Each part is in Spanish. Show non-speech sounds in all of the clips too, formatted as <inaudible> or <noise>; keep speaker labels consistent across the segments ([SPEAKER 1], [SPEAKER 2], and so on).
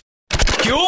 [SPEAKER 1] ¿Qué hubo,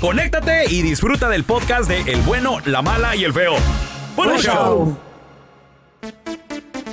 [SPEAKER 1] conéctate y disfruta del podcast de El bueno, la mala y el feo. ¡Buen show!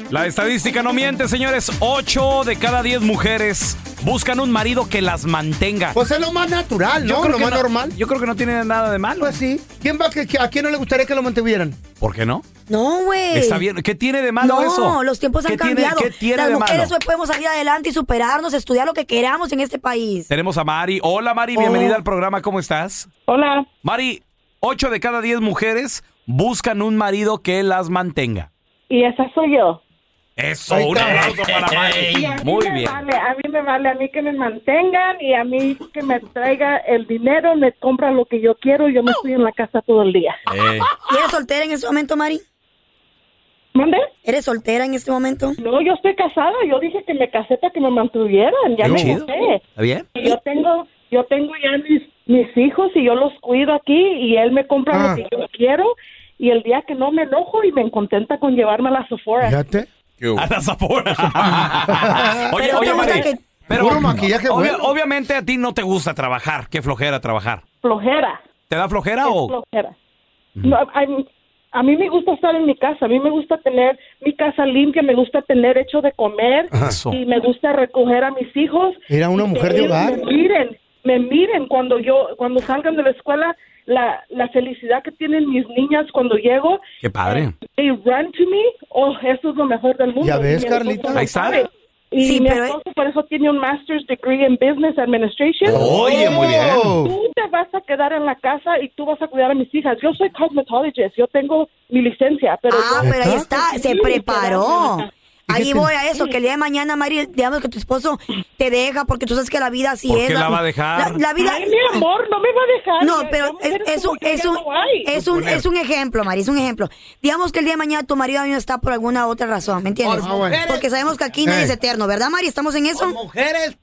[SPEAKER 1] La estadística no miente, señores. 8 de cada 10 mujeres buscan un marido que las mantenga.
[SPEAKER 2] Pues es lo más natural, ¿no? lo
[SPEAKER 1] que
[SPEAKER 2] más normal.
[SPEAKER 1] Yo creo que no tiene nada de malo.
[SPEAKER 2] Pues sí. ¿Quién va, que, que- ¿A quién no le gustaría que lo mantuvieran?
[SPEAKER 1] ¿Por qué no?
[SPEAKER 3] No, güey.
[SPEAKER 1] Está bien. ¿Qué tiene de malo
[SPEAKER 3] no,
[SPEAKER 1] eso?
[SPEAKER 3] los tiempos han
[SPEAKER 1] ¿Qué tiene-
[SPEAKER 3] cambiado.
[SPEAKER 1] ¿Qué tiene
[SPEAKER 3] Las
[SPEAKER 1] de malo?
[SPEAKER 3] mujeres hoy podemos salir adelante y superarnos, estudiar lo que queramos en este país.
[SPEAKER 1] Tenemos a Mari. Hola, Mari.
[SPEAKER 3] Oh.
[SPEAKER 1] Bienvenida al programa. ¿Cómo estás?
[SPEAKER 4] Hola,
[SPEAKER 1] Mari, 8 de cada 10 mujeres buscan un marido que las mantenga.
[SPEAKER 4] y esa soy yo.
[SPEAKER 1] Eso,
[SPEAKER 2] Ahí
[SPEAKER 1] un
[SPEAKER 2] está.
[SPEAKER 1] aplauso para
[SPEAKER 4] Y
[SPEAKER 1] Mari.
[SPEAKER 4] a mí
[SPEAKER 1] Muy
[SPEAKER 4] me
[SPEAKER 1] bien.
[SPEAKER 4] vale, a mí me vale, a mí que me mantengan y a mí que me traiga el dinero, me compra lo que yo quiero y yo me estoy en la casa todo el día.
[SPEAKER 3] <laughs> ¿Y eres soltera en este momento, Mari?
[SPEAKER 4] ¿Mande?
[SPEAKER 3] ¿Eres soltera en este momento?
[SPEAKER 4] No, yo estoy casada, yo dije que me casé para que me mantuvieran, ya
[SPEAKER 1] Qué
[SPEAKER 4] me
[SPEAKER 1] chido.
[SPEAKER 4] casé.
[SPEAKER 1] ¿Está bien?
[SPEAKER 4] Y Yo tengo, yo tengo ya mis, mis hijos y yo los cuido aquí y él me compra
[SPEAKER 2] Ah.
[SPEAKER 4] lo que yo quiero y el día que no me enojo y me contenta con llevarme a la Sephora.
[SPEAKER 5] ¿Este?
[SPEAKER 2] Fíjate.
[SPEAKER 1] <laughs> A la
[SPEAKER 3] <laughs>
[SPEAKER 1] Zafora. oye,
[SPEAKER 3] Pero
[SPEAKER 1] oye,
[SPEAKER 3] te gusta
[SPEAKER 1] Mari.
[SPEAKER 3] que-
[SPEAKER 1] Pero
[SPEAKER 2] Puro maquillaje
[SPEAKER 1] obvia-
[SPEAKER 2] bueno.
[SPEAKER 1] obviamente a ti no te gusta trabajar. Qué flojera trabajar.
[SPEAKER 4] Flojera.
[SPEAKER 1] ¿Te da flojera
[SPEAKER 4] es
[SPEAKER 1] o...?
[SPEAKER 4] flojera. No, a, a mí me gusta estar en mi casa, a mí me gusta tener mi casa limpia, me gusta tener hecho de comer
[SPEAKER 1] Ah, Eso.
[SPEAKER 4] y me gusta recoger a mis hijos.
[SPEAKER 2] Era una
[SPEAKER 4] Y que
[SPEAKER 2] mujer de
[SPEAKER 4] ellos
[SPEAKER 2] hogar.
[SPEAKER 4] Me miren, me miren cuando yo cuando salgan de la escuela la, la felicidad que tienen mis niñas cuando llego.
[SPEAKER 1] Qué padre.
[SPEAKER 4] They run to me, oh, eso es lo mejor del mundo.
[SPEAKER 2] Ya ves,
[SPEAKER 4] Y mi esposo
[SPEAKER 2] Carlita.
[SPEAKER 4] lo
[SPEAKER 1] Ahí está.
[SPEAKER 4] sabe. Y
[SPEAKER 3] Sí,
[SPEAKER 4] mi
[SPEAKER 3] pero-
[SPEAKER 4] esposo por eso tiene un master's degree in business administration
[SPEAKER 1] Oye, muy bien.
[SPEAKER 2] Oh.
[SPEAKER 4] tú te vas a quedar en la casa y tú vas a cuidar a mis hijas. Yo soy cosmetologist, yo tengo mi licencia, pero
[SPEAKER 3] Ah,
[SPEAKER 4] yo-
[SPEAKER 3] pero ahí está, se
[SPEAKER 4] Sí,
[SPEAKER 3] preparó.
[SPEAKER 4] literalmente.
[SPEAKER 3] Ahí
[SPEAKER 2] Fíjate.
[SPEAKER 3] voy a eso, que el día de mañana, Mari, digamos que tu esposo te deja porque tú sabes que la vida así
[SPEAKER 1] ¿Por
[SPEAKER 3] es.
[SPEAKER 1] qué la va a dejar?
[SPEAKER 3] La, la vida...
[SPEAKER 4] Ay, mi amor, no me va a dejar.
[SPEAKER 3] No,
[SPEAKER 4] Ya- ya
[SPEAKER 3] pero es,
[SPEAKER 4] mujeres
[SPEAKER 3] es un,
[SPEAKER 4] como que
[SPEAKER 3] es,
[SPEAKER 4] ya
[SPEAKER 3] un,
[SPEAKER 4] no hay.
[SPEAKER 3] es, un, es un ejemplo, Mari, es un ejemplo. Digamos que el día de mañana tu marido ya no está por alguna otra razón, ¿me entiendes?
[SPEAKER 2] Por mujeres.
[SPEAKER 3] Porque sabemos que aquí nadie
[SPEAKER 2] Eh.
[SPEAKER 3] es eterno, ¿verdad, Mari? ¿Estamos en eso?
[SPEAKER 6] Mujeres,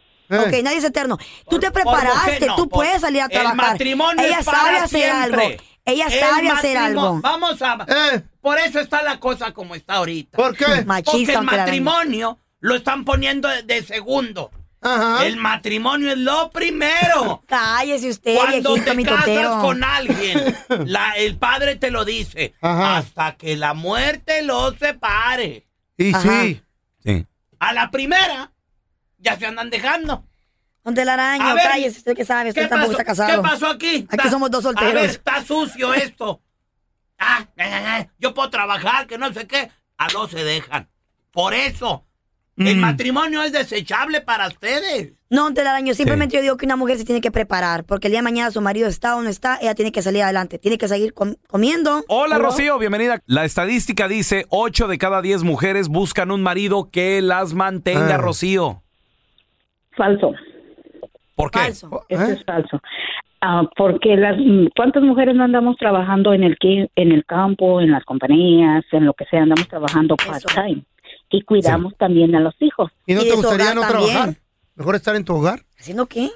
[SPEAKER 2] Eh.
[SPEAKER 3] Ok, nadie es eterno. Tú te
[SPEAKER 6] mujer,
[SPEAKER 3] preparaste,
[SPEAKER 6] no,
[SPEAKER 3] tú
[SPEAKER 6] por-
[SPEAKER 3] puedes salir a
[SPEAKER 6] el
[SPEAKER 3] trabajar.
[SPEAKER 6] matrimonio
[SPEAKER 3] Ella
[SPEAKER 6] es
[SPEAKER 3] sabe
[SPEAKER 6] para
[SPEAKER 3] hacer
[SPEAKER 6] siempre.
[SPEAKER 3] algo. Ella
[SPEAKER 6] el
[SPEAKER 3] sabe hacer
[SPEAKER 6] matrimonio-
[SPEAKER 3] algo.
[SPEAKER 6] Vamos a.
[SPEAKER 2] Eh,
[SPEAKER 6] Por eso está la cosa como está ahorita.
[SPEAKER 2] ¿Por qué?
[SPEAKER 6] Porque
[SPEAKER 3] Machista,
[SPEAKER 6] el
[SPEAKER 3] aunque la venga.
[SPEAKER 6] matrimonio lo están poniendo de, de segundo.
[SPEAKER 2] Ajá.
[SPEAKER 6] El matrimonio es lo primero.
[SPEAKER 3] <laughs> Cállese usted, viejito
[SPEAKER 6] Cuando te casas
[SPEAKER 3] mitotero.
[SPEAKER 6] con alguien, la- el padre te lo dice.
[SPEAKER 2] Ajá.
[SPEAKER 6] Hasta que la muerte los separe.
[SPEAKER 2] Y
[SPEAKER 3] Ajá.
[SPEAKER 2] sí.
[SPEAKER 1] Sí.
[SPEAKER 6] A la primera, ya se andan dejando.
[SPEAKER 3] Don del
[SPEAKER 6] A
[SPEAKER 3] araño,
[SPEAKER 6] ver,
[SPEAKER 3] cállese usted que sabe, usted
[SPEAKER 6] ¿Qué
[SPEAKER 3] tampoco
[SPEAKER 6] pasó?
[SPEAKER 3] está casado.
[SPEAKER 6] ¿Qué pasó aquí?
[SPEAKER 3] Aquí somos dos solteros.
[SPEAKER 6] A ver, está sucio esto. Ah, ah, ah, yo puedo trabajar, que no sé qué. A dos se dejan. Por eso,
[SPEAKER 1] Mm.
[SPEAKER 6] El matrimonio es desechable para ustedes.
[SPEAKER 3] No, telaraño, simplemente yo digo que una mujer se tiene que preparar, porque el día de mañana su marido está o no está, ella tiene que salir adelante, tiene que seguir com- comiendo.
[SPEAKER 1] Hola Rocío, bienvenida. La estadística dice 8 de cada 10 mujeres buscan un marido que las mantenga,
[SPEAKER 2] Ah.
[SPEAKER 1] Rocío.
[SPEAKER 7] Falso,
[SPEAKER 1] ¿Por qué?
[SPEAKER 3] Falso.
[SPEAKER 2] ¿Eh?
[SPEAKER 7] eso es falso. Ah, porque las cuántas mujeres no andamos trabajando en el qui- en el campo, en las compañías, en lo que sea, andamos trabajando
[SPEAKER 3] Eso.
[SPEAKER 7] part-time y cuidamos también a los hijos.
[SPEAKER 2] ¿Y no
[SPEAKER 3] Y
[SPEAKER 2] te
[SPEAKER 3] de su
[SPEAKER 2] gustaría
[SPEAKER 3] hogar
[SPEAKER 2] no
[SPEAKER 3] también.
[SPEAKER 2] trabajar? Mejor estar en tu hogar.
[SPEAKER 3] ¿Haciendo qué?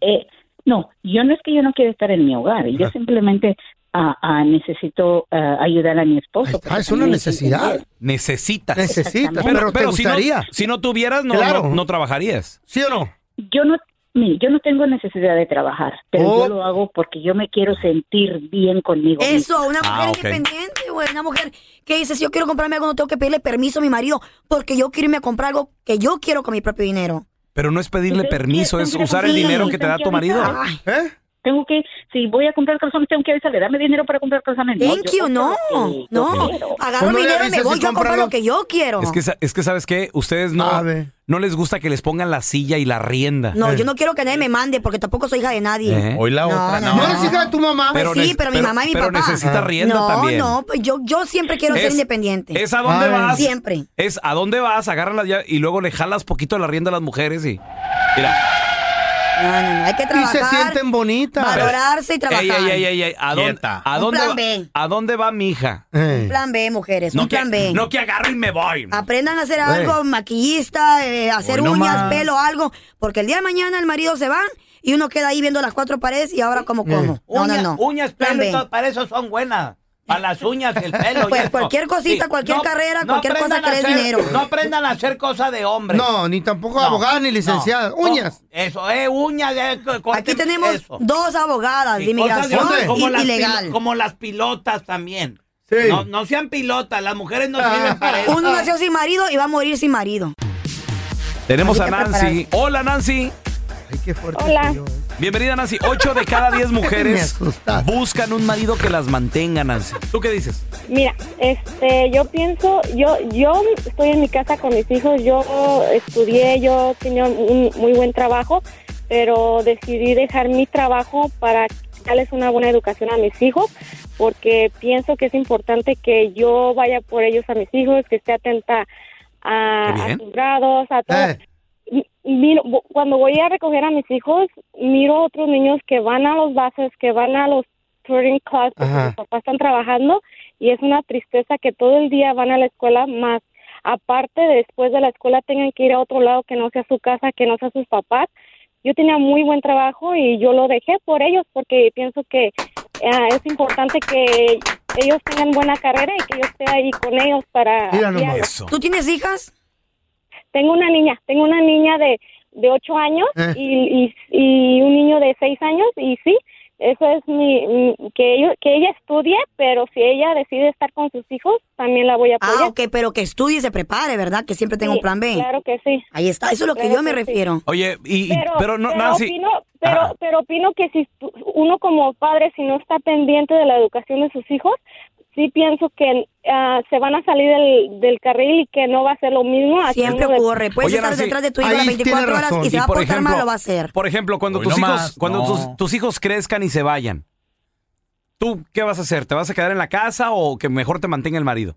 [SPEAKER 7] Eh, no, yo no es que yo no quiera estar en mi hogar, yo simplemente ah, ah, necesito ah, ayudar a mi esposo.
[SPEAKER 2] Ah,
[SPEAKER 7] porque
[SPEAKER 2] es una
[SPEAKER 7] también
[SPEAKER 2] necesidad.
[SPEAKER 1] Necesitas.
[SPEAKER 2] Necesitas,
[SPEAKER 7] Exactamente.
[SPEAKER 2] pero, te
[SPEAKER 1] si,
[SPEAKER 2] gustaría.
[SPEAKER 1] no, si no tuvieras, no,
[SPEAKER 2] Claro.
[SPEAKER 1] no, no trabajarías.
[SPEAKER 2] ¿Sí o no?
[SPEAKER 7] yo no mire, yo no tengo necesidad de trabajar, pero
[SPEAKER 2] Oh.
[SPEAKER 7] yo lo hago porque yo me quiero sentir bien conmigo. misma.
[SPEAKER 3] Eso, una
[SPEAKER 1] Ah,
[SPEAKER 3] mujer
[SPEAKER 1] ok.
[SPEAKER 3] independiente, güey. Una mujer que dice, si yo quiero comprarme algo, no tengo que pedirle permiso a mi marido, porque yo quiero irme a comprar algo que yo quiero con mi propio dinero.
[SPEAKER 1] Pero no es pedirle
[SPEAKER 7] Ustedes
[SPEAKER 1] permiso,
[SPEAKER 7] quieren
[SPEAKER 1] es
[SPEAKER 7] comprar
[SPEAKER 1] usar el
[SPEAKER 7] un
[SPEAKER 1] dinero
[SPEAKER 7] niño,
[SPEAKER 1] que te da tu
[SPEAKER 7] están
[SPEAKER 1] marido.
[SPEAKER 6] Ah.
[SPEAKER 7] quedando-
[SPEAKER 3] Ay,
[SPEAKER 2] ¿Eh?
[SPEAKER 7] Tengo que si voy a comprar calzones tengo que avisarle, dame dinero para comprar calzones.
[SPEAKER 3] thank
[SPEAKER 7] yo
[SPEAKER 3] you, no.
[SPEAKER 7] compro lo que yo
[SPEAKER 3] No.
[SPEAKER 7] quiero.
[SPEAKER 3] Agarro
[SPEAKER 2] Pues no
[SPEAKER 3] mi
[SPEAKER 2] le
[SPEAKER 3] dinero y me
[SPEAKER 2] avisas
[SPEAKER 3] voy
[SPEAKER 2] si
[SPEAKER 3] yo a comprar
[SPEAKER 2] compras
[SPEAKER 3] lo que yo quiero.
[SPEAKER 1] Es que, sa- es que, ¿sabes qué? Ustedes no,
[SPEAKER 2] A ver.
[SPEAKER 1] no les gusta que les pongan la silla y la rienda.
[SPEAKER 3] No, yo no quiero que nadie me mande, porque tampoco soy hija de nadie.
[SPEAKER 1] ¿Eh?
[SPEAKER 8] Hoy la
[SPEAKER 3] No,
[SPEAKER 8] otra,
[SPEAKER 3] no,
[SPEAKER 8] no.
[SPEAKER 2] ¿No eres hija de tu mamá?
[SPEAKER 3] Pues sí,
[SPEAKER 1] nec-
[SPEAKER 3] pero mi mamá y mi
[SPEAKER 1] pero
[SPEAKER 3] papá.
[SPEAKER 1] necesita rienda
[SPEAKER 3] no,
[SPEAKER 1] también.
[SPEAKER 3] no, pues yo, yo siempre quiero ser
[SPEAKER 1] Es-
[SPEAKER 3] independiente.
[SPEAKER 1] Es a dónde
[SPEAKER 2] Eh. Ay.
[SPEAKER 1] vas.
[SPEAKER 3] Siempre.
[SPEAKER 1] Es a dónde vas, agárrala ya y luego le jalas poquito la rienda a las mujeres y. Mira,
[SPEAKER 3] No, no, no, hay que
[SPEAKER 2] Y
[SPEAKER 3] trabajar.
[SPEAKER 2] se sienten bonitas.
[SPEAKER 3] Valorarse y trabajar.
[SPEAKER 1] ey, ey, ey, ey, ey, ¿a dónde,
[SPEAKER 8] Quieta.
[SPEAKER 1] a
[SPEAKER 3] Un
[SPEAKER 1] dónde
[SPEAKER 3] plan
[SPEAKER 1] va,
[SPEAKER 3] B.
[SPEAKER 1] a dónde va mi hija?
[SPEAKER 2] Eh.
[SPEAKER 3] Plan B, mujeres,
[SPEAKER 1] No
[SPEAKER 3] un
[SPEAKER 1] que,
[SPEAKER 3] plan B. Ah,
[SPEAKER 1] no que agarro y me voy.
[SPEAKER 3] Aprendan a hacer algo, maquillista, eh, hacer
[SPEAKER 8] Hoy no
[SPEAKER 3] uñas,
[SPEAKER 8] más.
[SPEAKER 3] pelo, algo. Porque el día de mañana el marido se va y uno queda ahí viendo las cuatro paredes y ahora como como. No, no,
[SPEAKER 6] Uñas,
[SPEAKER 3] no.
[SPEAKER 6] uñas,
[SPEAKER 3] Plan
[SPEAKER 6] pelo, y
[SPEAKER 3] B.
[SPEAKER 6] todo, para eso son buenas. Para las uñas, el pelo. y
[SPEAKER 3] <laughs> Pues,
[SPEAKER 6] eso.
[SPEAKER 3] cualquier cosita, cualquier carrera, cualquier cosa
[SPEAKER 6] aprendan
[SPEAKER 3] que
[SPEAKER 6] a
[SPEAKER 3] les
[SPEAKER 6] hacer-
[SPEAKER 3] dinero.
[SPEAKER 6] No aprendan a hacer cosas de hombre.
[SPEAKER 2] No, ni tampoco
[SPEAKER 6] No,
[SPEAKER 2] abogada ni
[SPEAKER 6] no, Oh,
[SPEAKER 2] licenciada.
[SPEAKER 6] no.
[SPEAKER 2] Uñas.
[SPEAKER 6] eso, eh, uñas. eh, co-
[SPEAKER 3] Aquí
[SPEAKER 6] corten
[SPEAKER 3] tenemos
[SPEAKER 6] eso.
[SPEAKER 3] dos abogadas de
[SPEAKER 6] Y cosas de
[SPEAKER 3] inmigración
[SPEAKER 6] hombre, como
[SPEAKER 3] y-
[SPEAKER 6] las
[SPEAKER 3] ilegal.
[SPEAKER 6] pil- Como las pilotas también.
[SPEAKER 2] Sí. Ah.
[SPEAKER 6] No, no sean pilotas, las mujeres no sirven para eso.
[SPEAKER 3] Ah. Uno nació sin marido y va a morir sin marido.
[SPEAKER 1] Tenemos
[SPEAKER 3] Hay
[SPEAKER 1] a
[SPEAKER 3] que
[SPEAKER 1] Nancy. Hola, Nancy.
[SPEAKER 2] Ay, qué fuerte.
[SPEAKER 7] Hola.
[SPEAKER 2] soy yo.
[SPEAKER 1] Bienvenida, Nancy. Ocho de cada diez mujeres
[SPEAKER 2] <laughs> Me asustaste.
[SPEAKER 1] buscan un marido que las mantenga, Nancy. ¿Tú qué dices?
[SPEAKER 9] Mira, este, yo pienso, yo, yo estoy en mi casa con mis hijos, yo estudié, yo tenía un muy buen trabajo, pero decidí dejar mi trabajo para darles una buena educación a mis hijos, porque pienso que es importante que yo vaya por ellos a mis hijos, que esté atenta a,
[SPEAKER 1] Qué
[SPEAKER 9] a
[SPEAKER 1] bien. Ah,
[SPEAKER 9] sus grados, a todo.
[SPEAKER 2] Eh,
[SPEAKER 9] M- miro, bo- cuando voy a recoger a mis hijos, miro otros niños que van a los bases, que van a los touring clubs, porque
[SPEAKER 2] Ajá.
[SPEAKER 9] sus papás están trabajando, y es una tristeza que todo el día van a la escuela, más aparte después de la escuela tengan que ir a otro lado que no sea su casa, que no sea sus papás. Yo tenía muy buen trabajo y yo lo dejé por ellos porque pienso que ah, es importante que ellos tengan buena carrera y que yo esté ahí con ellos para
[SPEAKER 2] Mira nomás.
[SPEAKER 9] guiarlos.
[SPEAKER 1] Eso.
[SPEAKER 3] ¿Tú tienes hijas?
[SPEAKER 9] Tengo una niña, tengo una niña de, de 8 años
[SPEAKER 2] Eh.
[SPEAKER 9] y, y, y un niño de 6 años y sí, eso es mi, mi- que, ello- que ella estudie, pero si ella decide estar con sus hijos, también la voy a apoyar.
[SPEAKER 3] Ah, ok, pero que estudie y se prepare, ¿verdad? Que siempre tenga
[SPEAKER 9] Sí,
[SPEAKER 3] un plan B.
[SPEAKER 9] Claro que sí.
[SPEAKER 3] Ahí está, eso es lo que
[SPEAKER 9] Claro
[SPEAKER 3] yo me
[SPEAKER 9] que sí.
[SPEAKER 3] refiero.
[SPEAKER 1] Oye, y, y- pero, no,
[SPEAKER 9] pero
[SPEAKER 1] Nancy.
[SPEAKER 9] opino, pero,
[SPEAKER 1] Ajá.
[SPEAKER 9] pero opino que si tú- uno como padre, si no está pendiente de la educación de sus hijos, sí pienso que ah, se van a salir del, del carril y que no va a ser lo mismo. así
[SPEAKER 3] Siempre
[SPEAKER 9] uno de-
[SPEAKER 3] ocurre. Puedes
[SPEAKER 1] Oye,
[SPEAKER 3] estar
[SPEAKER 1] Nancy,
[SPEAKER 3] detrás de tu hijo
[SPEAKER 2] ahí
[SPEAKER 3] las 24
[SPEAKER 2] tiene
[SPEAKER 3] horas
[SPEAKER 2] razón.
[SPEAKER 3] y se
[SPEAKER 2] Y
[SPEAKER 3] va a portar mal, lo va a hacer.
[SPEAKER 1] Por ejemplo, cuando
[SPEAKER 8] Hoy
[SPEAKER 1] tus
[SPEAKER 8] no
[SPEAKER 1] hijos,
[SPEAKER 8] más,
[SPEAKER 1] cuando
[SPEAKER 8] no.
[SPEAKER 1] tus, tus hijos crezcan y se vayan, ¿tú qué vas a hacer? ¿Te vas a quedar en la casa o que mejor te mantenga el marido?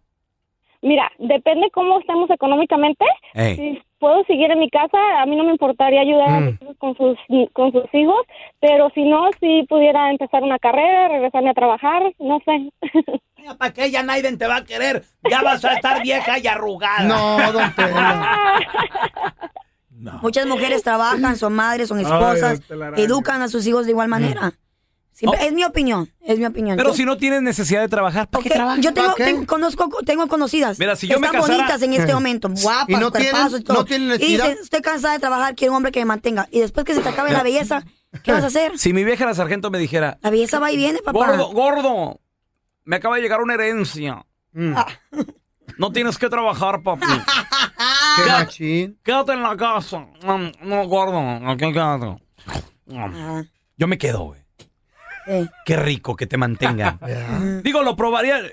[SPEAKER 9] Mira, depende cómo estemos económicamente.
[SPEAKER 1] Ey.
[SPEAKER 9] Si puedo seguir en mi casa, a mí no me importaría ayudar
[SPEAKER 3] Mm.
[SPEAKER 9] a mis hijos con sus con sus hijos, pero si no, si pudiera empezar una carrera, regresarme a trabajar, no sé. <laughs>
[SPEAKER 6] ¿Para qué? Ya Naiden te va a querer. Ya vas a estar vieja y arrugada.
[SPEAKER 2] No,
[SPEAKER 6] <laughs>
[SPEAKER 2] don Tela.
[SPEAKER 3] Muchas mujeres trabajan, son madres, son esposas, educan a sus hijos de igual manera. Siempre-
[SPEAKER 1] Oh.
[SPEAKER 3] Es mi opinión, es mi opinión.
[SPEAKER 1] Pero
[SPEAKER 3] Yo-
[SPEAKER 1] si no tienes necesidad de trabajar, ¿para
[SPEAKER 3] porque
[SPEAKER 1] qué trabajas?
[SPEAKER 3] yo tengo,
[SPEAKER 2] ¿Para qué?
[SPEAKER 3] tengo- conozco, tengo conocidas
[SPEAKER 1] Mira, si yo
[SPEAKER 3] que
[SPEAKER 1] me
[SPEAKER 3] están
[SPEAKER 1] casara-
[SPEAKER 3] bonitas en este momento, guapas,
[SPEAKER 2] Y no tienen-
[SPEAKER 3] cuerpazos y todo.
[SPEAKER 2] no tienen
[SPEAKER 3] Y
[SPEAKER 2] necesidad.
[SPEAKER 3] dicen, estoy cansada de trabajar, quiero un hombre que me mantenga. Y después que se te acabe la belleza, ¿qué vas a hacer?
[SPEAKER 1] Si mi vieja la sargento me dijera,
[SPEAKER 3] La belleza va y viene, papá.
[SPEAKER 1] gordo, gordo, me acaba de llegar una herencia.
[SPEAKER 2] Mm.
[SPEAKER 3] Ah.
[SPEAKER 1] No tienes que trabajar, papi.
[SPEAKER 2] <laughs> Qué
[SPEAKER 1] Quédate-
[SPEAKER 2] machín.
[SPEAKER 1] Quédate en la casa. No, no, gordo, aquí quédate. Mm.
[SPEAKER 3] Ajá, Eh,
[SPEAKER 1] Yo me quedo, güey.
[SPEAKER 3] sí.
[SPEAKER 2] <laughs>
[SPEAKER 1] Qué rico que te mantengan. Digo, lo probaría.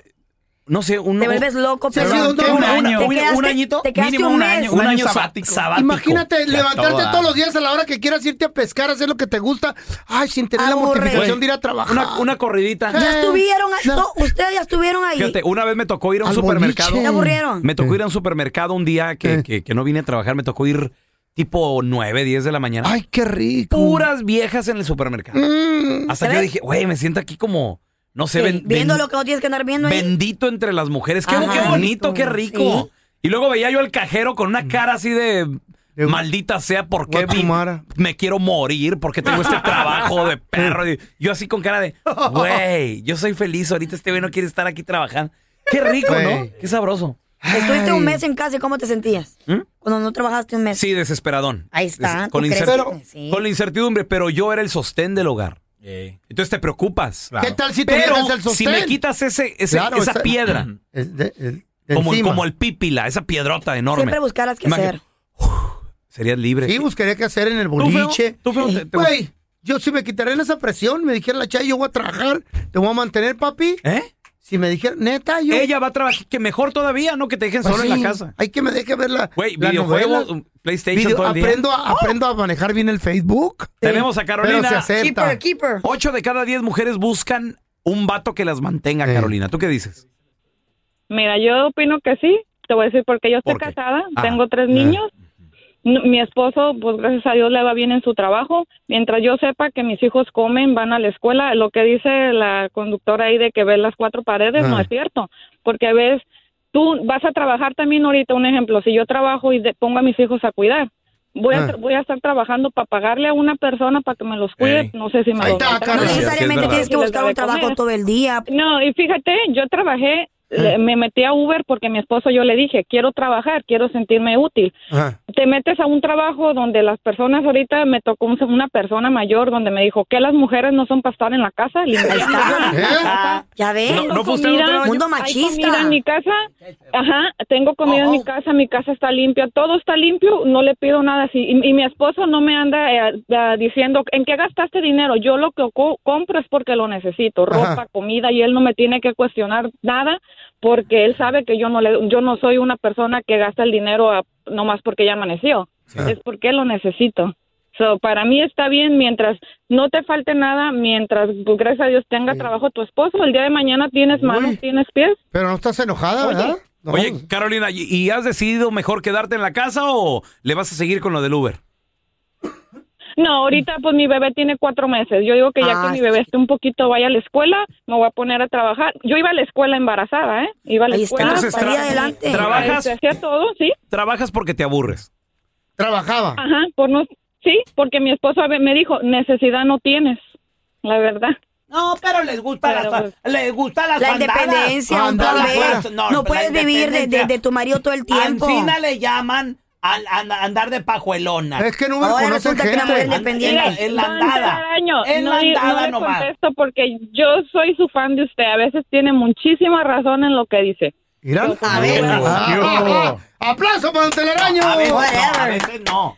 [SPEAKER 10] no sé, un
[SPEAKER 3] Te vuelves loco,
[SPEAKER 10] Sí,
[SPEAKER 3] pelón.
[SPEAKER 10] sí, un-
[SPEAKER 3] Te-
[SPEAKER 10] un
[SPEAKER 3] te
[SPEAKER 10] año.
[SPEAKER 3] quedaste-
[SPEAKER 10] Un- un añito,
[SPEAKER 3] Te quedaste
[SPEAKER 10] mínimo
[SPEAKER 3] un
[SPEAKER 10] un
[SPEAKER 3] mes.
[SPEAKER 10] año, un Un año año sabático. sab- sabático.
[SPEAKER 2] Imagínate
[SPEAKER 10] Ya
[SPEAKER 2] levantarte
[SPEAKER 10] toda.
[SPEAKER 2] todos los días a la hora que quieras irte a pescar, hacer lo que te gusta. Ay, sin tener la
[SPEAKER 1] Aburre.
[SPEAKER 2] mortificación de ir a trabajar.
[SPEAKER 1] Una, una corridita. Eh,
[SPEAKER 3] Ya estuvieron, ahí- to- ustedes ya estuvieron ahí.
[SPEAKER 1] Fíjate, una vez me tocó ir a un
[SPEAKER 3] Al
[SPEAKER 1] supermercado.
[SPEAKER 3] boliche. ¿Te aburrieron?
[SPEAKER 1] Me tocó ir a un supermercado un día que,
[SPEAKER 2] Eh.
[SPEAKER 1] que- que no vine a trabajar. Me tocó ir tipo 9, 10 de la mañana.
[SPEAKER 2] Ay, qué rico. Mm.
[SPEAKER 1] Puras viejas en el supermercado. Hasta que yo dije, güey, me siento aquí como, no sé, ven-
[SPEAKER 3] viendo
[SPEAKER 1] ven-
[SPEAKER 3] lo que no tienes que andar viendo. ahí.
[SPEAKER 1] bendito entre las mujeres. Qué,
[SPEAKER 3] Ajá.
[SPEAKER 1] qué bonito, qué rico.
[SPEAKER 3] Sí.
[SPEAKER 1] Y luego veía yo al cajero con una cara así de... Maldita sea, ¿por qué vi- me quiero morir? Porque tengo este
[SPEAKER 2] <laughs>
[SPEAKER 1] trabajo de perro. Y yo así con cara de, güey, yo soy feliz. Ahorita este güey no quiere estar aquí trabajando. Qué rico, ¿no?
[SPEAKER 3] Güey.
[SPEAKER 1] Qué sabroso.
[SPEAKER 3] Estuviste un mes en casa y ¿cómo te sentías?
[SPEAKER 1] ¿Mm?
[SPEAKER 3] Cuando no trabajaste un mes.
[SPEAKER 1] Sí, desesperadón.
[SPEAKER 3] Ahí está,
[SPEAKER 1] con,
[SPEAKER 3] ¿tú crees?
[SPEAKER 1] incerti-
[SPEAKER 3] Pero- Sí.
[SPEAKER 1] con la incertidumbre, pero yo era el sostén del hogar. Entonces te preocupas.
[SPEAKER 2] ¿Qué tal si tú
[SPEAKER 1] Pero
[SPEAKER 2] eres el
[SPEAKER 1] si
[SPEAKER 2] sostén?
[SPEAKER 1] me quitas ese, ese-
[SPEAKER 2] Claro,
[SPEAKER 1] esa
[SPEAKER 2] está-
[SPEAKER 1] piedra,
[SPEAKER 2] Es de- es-
[SPEAKER 1] como, el-
[SPEAKER 2] encima.
[SPEAKER 1] como el pípila, esa piedrota enorme,
[SPEAKER 3] Siempre buscarás qué
[SPEAKER 1] Imagina-
[SPEAKER 3] hacer.
[SPEAKER 1] serías libre.
[SPEAKER 2] Sí, buscaría qué hacer en el
[SPEAKER 1] feo?
[SPEAKER 2] boliche.
[SPEAKER 1] ¿Tú, feo, te- te-
[SPEAKER 2] Güey, yo si me quitarían esa presión, me dijera la chay, yo voy a trabajar, te voy a mantener, papi.
[SPEAKER 1] ¿Eh?
[SPEAKER 2] Si me dijera, neta, yo...
[SPEAKER 1] Ella va a trabajar, que mejor todavía, ¿no? Que te dejen
[SPEAKER 2] Pues
[SPEAKER 1] solo
[SPEAKER 2] sí,
[SPEAKER 1] en la casa.
[SPEAKER 2] Hay que me deje ver la,
[SPEAKER 1] Güey,
[SPEAKER 2] la
[SPEAKER 1] videojuegos,
[SPEAKER 2] novela.
[SPEAKER 1] PlayStation
[SPEAKER 2] Video-
[SPEAKER 1] todo el día.
[SPEAKER 2] aprendo, A, aprendo a manejar bien el Facebook.
[SPEAKER 1] Tenemos a Carolina.
[SPEAKER 2] Pero se acepta.
[SPEAKER 1] Ocho de cada diez mujeres buscan un vato que las mantenga, Carolina. ¿Tú qué dices?
[SPEAKER 11] Mira, yo opino que sí. Te voy a decir porque yo estoy casada,
[SPEAKER 1] Ah,
[SPEAKER 11] tengo tres
[SPEAKER 1] ya.
[SPEAKER 11] niños. No, Mi esposo, pues gracias a Dios le va bien en su trabajo. Mientras yo sepa que mis hijos comen, van a la escuela, lo que dice la conductora ahí de que ves las cuatro paredes no
[SPEAKER 8] Ah.
[SPEAKER 11] es cierto, porque ves, tú vas a trabajar también ahorita, un ejemplo, si yo trabajo y de- pongo a mis hijos a cuidar, voy,
[SPEAKER 8] Ah.
[SPEAKER 11] a, tra- voy a estar trabajando para pagarle a una persona para que me los cuide,
[SPEAKER 8] Ey.
[SPEAKER 11] no sé si me los va a
[SPEAKER 3] No
[SPEAKER 11] pagar.
[SPEAKER 3] necesariamente tienes que
[SPEAKER 11] Y les
[SPEAKER 3] buscar un
[SPEAKER 11] da de comer.
[SPEAKER 3] trabajo todo el día.
[SPEAKER 11] No, y fíjate, yo trabajé, le- me metí a Uber porque mi esposo yo le dije, quiero trabajar, quiero sentirme útil. Te metes a un trabajo donde las personas ahorita me tocó un- una persona mayor donde me dijo que las mujeres no son para estar en la casa, limpiando.
[SPEAKER 3] ¿Eh?
[SPEAKER 1] Ah.
[SPEAKER 3] Ya ves. Comida,
[SPEAKER 11] Tengo comida,
[SPEAKER 3] mundo
[SPEAKER 11] Hay comida en
[SPEAKER 3] machista. Oh.
[SPEAKER 11] mi casa. Ajá, tengo comida en mi casa, mi casa está limpia, todo está limpio, no le pido nada así. Y, y mi esposo no me anda eh, ah, diciendo, ¿en qué gastaste dinero? Yo lo que co- compro es porque lo necesito, ropa, comida, y él no me tiene que cuestionar nada porque él sabe que yo no, le, yo no soy una persona que gasta el dinero a- nomás porque ya amaneció, es porque lo necesito. So, para mí está bien mientras no te falte nada, mientras, pues, gracias a Dios, tenga trabajo tu esposo. El día de mañana tienes manos, tienes pies.
[SPEAKER 2] Pero no estás enojada, ¿verdad?
[SPEAKER 1] Oye, Carolina, ¿y, y has decidido mejor quedarte en la casa o le vas a seguir con lo del Uber?
[SPEAKER 11] No, ahorita pues mi bebé tiene cuatro meses. Yo digo que
[SPEAKER 1] Ah,
[SPEAKER 11] ya que mi bebé esté un poquito, vaya a la escuela, me voy a poner a trabajar. Yo iba a la escuela embarazada, ¿eh? Iba a la
[SPEAKER 1] Ahí está.
[SPEAKER 11] escuela.
[SPEAKER 1] Entonces,
[SPEAKER 11] para-
[SPEAKER 1] tra- adelante. trabajas-
[SPEAKER 11] Este, Hacía todo, ¿sí?
[SPEAKER 1] Trabajas porque te aburres.
[SPEAKER 2] Trabajaba.
[SPEAKER 11] Ajá, por no... Sí, porque mi esposo a ver, me dijo, necesidad no tienes, la verdad.
[SPEAKER 6] No, pero les gusta las, les gusta las
[SPEAKER 3] pues, La
[SPEAKER 6] bandadas.
[SPEAKER 3] independencia, un
[SPEAKER 6] Bandadas,
[SPEAKER 3] pobre.
[SPEAKER 6] pues,
[SPEAKER 3] No,
[SPEAKER 6] la
[SPEAKER 3] puedes vivir de, de-
[SPEAKER 6] independencia.
[SPEAKER 3] de tu marido todo el tiempo.
[SPEAKER 6] Ancina le llaman al, an- andar de pajuelona.
[SPEAKER 2] Es que no
[SPEAKER 3] Ahora conocen resulta que la gente. mujer
[SPEAKER 6] An-
[SPEAKER 3] independiente.
[SPEAKER 6] mira, En la
[SPEAKER 3] Va a entrar
[SPEAKER 6] andada.
[SPEAKER 11] Año,
[SPEAKER 6] En
[SPEAKER 11] no,
[SPEAKER 6] la
[SPEAKER 11] di- no
[SPEAKER 6] andada
[SPEAKER 11] le
[SPEAKER 6] nomás.
[SPEAKER 11] contesto porque yo soy su fan de usted. A veces tiene muchísima razón en lo que dice.
[SPEAKER 2] Mira.
[SPEAKER 5] Pues
[SPEAKER 11] A ver.
[SPEAKER 5] <laughs>
[SPEAKER 2] Ah, ah, ¡Aplauso para Don Telaraño!
[SPEAKER 6] A veces no, a veces no.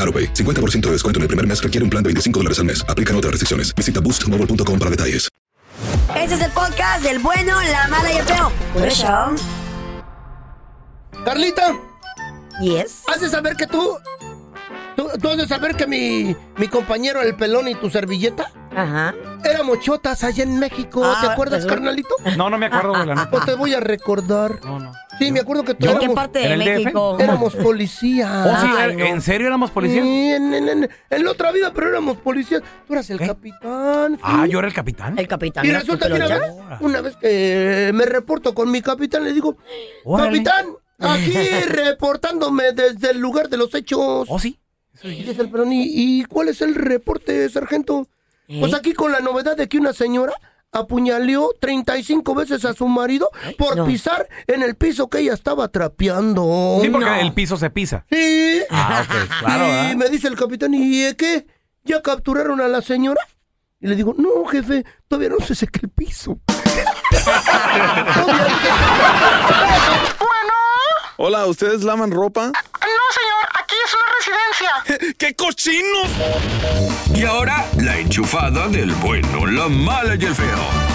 [SPEAKER 12] AroPay. 50% de descuento en el primer mes requiere un plan de 25 dólares al mes. Aplican otras restricciones. Visita boostmobile.com para detalles.
[SPEAKER 13] Este es el podcast del bueno, la mala y el feo. Por eso.
[SPEAKER 2] Carlita.
[SPEAKER 13] Yes.
[SPEAKER 2] Has de saber que tú. Tú, tú has de saber que mi, mi compañero el pelón y tu servilleta.
[SPEAKER 13] Ajá.
[SPEAKER 2] Éramos chotas allá en México.
[SPEAKER 6] Ah,
[SPEAKER 2] ¿Te acuerdas,
[SPEAKER 6] pues,
[SPEAKER 2] carnalito?
[SPEAKER 6] No, no me acuerdo, güey, la neta.
[SPEAKER 2] Pues te voy a recordar. No, no. Sí, me acuerdo que tú
[SPEAKER 6] ¿En
[SPEAKER 2] éramos.
[SPEAKER 6] qué parte de ¿En el DF? México?
[SPEAKER 2] Éramos policías.
[SPEAKER 6] Oh, sí, ¿en serio éramos policías?
[SPEAKER 2] Sí, en, en- en- en la otra vida, pero éramos policías. Tú eras
[SPEAKER 6] ¿Eh?
[SPEAKER 2] el capitán.
[SPEAKER 6] Ah, yo era el capitán.
[SPEAKER 13] El capitán.
[SPEAKER 2] Y resulta que una vez, una vez que me reporto con mi capitán, le digo,
[SPEAKER 6] Órale.
[SPEAKER 2] capitán,
[SPEAKER 6] <laughs>
[SPEAKER 2] aquí reportándome desde el lugar de los hechos. ¿Oh,
[SPEAKER 6] sí?
[SPEAKER 2] Y dice el pelón, ¿y, y cuál es el reporte, sargento?
[SPEAKER 6] ¿Eh?
[SPEAKER 2] Pues aquí con la novedad de que una señora apuñaleó 35 veces a su marido por
[SPEAKER 6] No.
[SPEAKER 2] pisar en el piso que ella estaba trapeando.
[SPEAKER 6] Sí, porque
[SPEAKER 2] Oh, No.
[SPEAKER 6] el piso se pisa.
[SPEAKER 2] Sí.
[SPEAKER 6] Ah, ok, claro,
[SPEAKER 2] Y
[SPEAKER 6] ¿verdad?
[SPEAKER 2] me dice el capitán, ¿y eh, qué? ¿Ya capturaron a la señora? Y le digo, no, jefe, todavía no se seca el piso.
[SPEAKER 14] Hola, ¿ustedes lavan ropa?
[SPEAKER 15] <laughs> No, señor, aquí es
[SPEAKER 5] <laughs>
[SPEAKER 15] una residencia.
[SPEAKER 14] ¡Qué cochinos! Y ahora, la enchufada del bueno, la mala y el feo.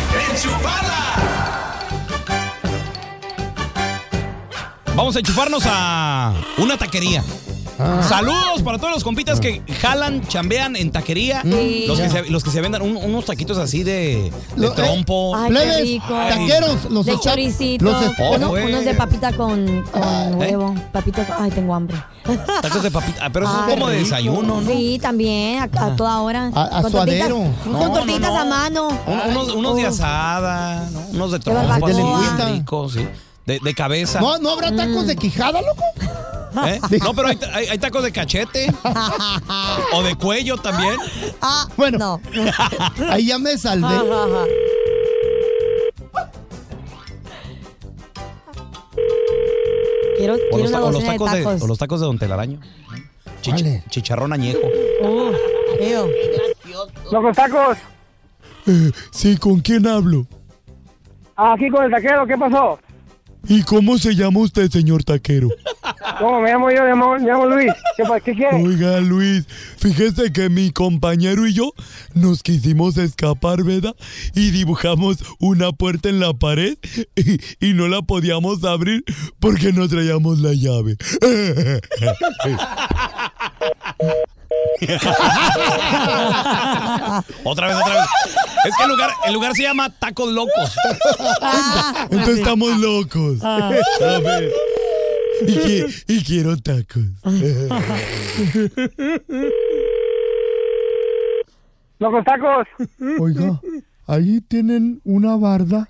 [SPEAKER 1] Vamos a enchufarnos a una taquería. Saludos para todos los compitas que jalan, chambean en taquería.
[SPEAKER 16] Sí.
[SPEAKER 1] Los, que
[SPEAKER 16] Ya.
[SPEAKER 1] se, los que se vendan un- unos taquitos así de, de
[SPEAKER 16] Lo-
[SPEAKER 1] trompo.
[SPEAKER 16] Ay, qué Plebes, rico. taqueros, los
[SPEAKER 3] de
[SPEAKER 16] echa-
[SPEAKER 3] choricito,
[SPEAKER 1] los es-
[SPEAKER 3] uno-
[SPEAKER 1] Oh, güey.
[SPEAKER 3] unos de papita con, con
[SPEAKER 1] ¿eh?
[SPEAKER 3] huevo, papita con, ay, tengo hambre.
[SPEAKER 1] Tacos de papita. Ah, Pero eso
[SPEAKER 3] Ay,
[SPEAKER 1] es como de
[SPEAKER 3] rico.
[SPEAKER 1] desayuno, ¿no? Ah.
[SPEAKER 3] Sí, también, a, a toda hora.
[SPEAKER 1] A- a suadero.
[SPEAKER 3] tortitas-
[SPEAKER 1] No,
[SPEAKER 3] con
[SPEAKER 1] no,
[SPEAKER 3] tortitas
[SPEAKER 1] no.
[SPEAKER 3] a mano.
[SPEAKER 1] Un- unos unos de
[SPEAKER 3] Oh.
[SPEAKER 1] asada, ¿no? unos de
[SPEAKER 3] De
[SPEAKER 1] trompo. así,
[SPEAKER 3] barbacoa.
[SPEAKER 1] ricos, sí. De, de cabeza.
[SPEAKER 16] No, no habrá tacos de quijada, loco.
[SPEAKER 2] <laughs>
[SPEAKER 1] ¿Eh? No, pero hay, ta- hay- hay tacos de cachete. o de cuello también.
[SPEAKER 3] Ah,
[SPEAKER 16] bueno. Ahí ya me salvé.
[SPEAKER 3] Quiero,
[SPEAKER 1] O
[SPEAKER 3] quiero
[SPEAKER 1] los,
[SPEAKER 3] una
[SPEAKER 1] ta- o los
[SPEAKER 3] docena de
[SPEAKER 1] tacos de,
[SPEAKER 3] tacos.
[SPEAKER 1] o los tacos de Don Telaraño. Chich- Chicharrón añejo.
[SPEAKER 3] Oh, feo.
[SPEAKER 17] Los tacos.
[SPEAKER 5] Eh, sí, ¿con quién hablo?
[SPEAKER 17] Ah, Aquí con el taquero, ¿qué pasó?
[SPEAKER 5] ¿Y cómo se llama usted, señor taquero?
[SPEAKER 17] ¿Cómo me llamo yo? Me llamo, me llamo Luis. ¿Qué, pa- qué quiere?
[SPEAKER 5] Oiga, Luis, fíjese que mi compañero y yo nos quisimos escapar, ¿verdad? Y dibujamos una puerta en la pared y, y no la podíamos abrir porque no traíamos la llave.
[SPEAKER 1] <laughs> Otra vez, otra vez. Es que el lugar, el lugar se llama Tacos
[SPEAKER 2] <laughs>
[SPEAKER 1] Locos.
[SPEAKER 5] Entonces estamos locos.
[SPEAKER 1] Ah.
[SPEAKER 5] A ver. Y, qui- y quiero tacos.
[SPEAKER 17] <laughs> Los tacos.
[SPEAKER 5] Oiga, ahí tienen una barda.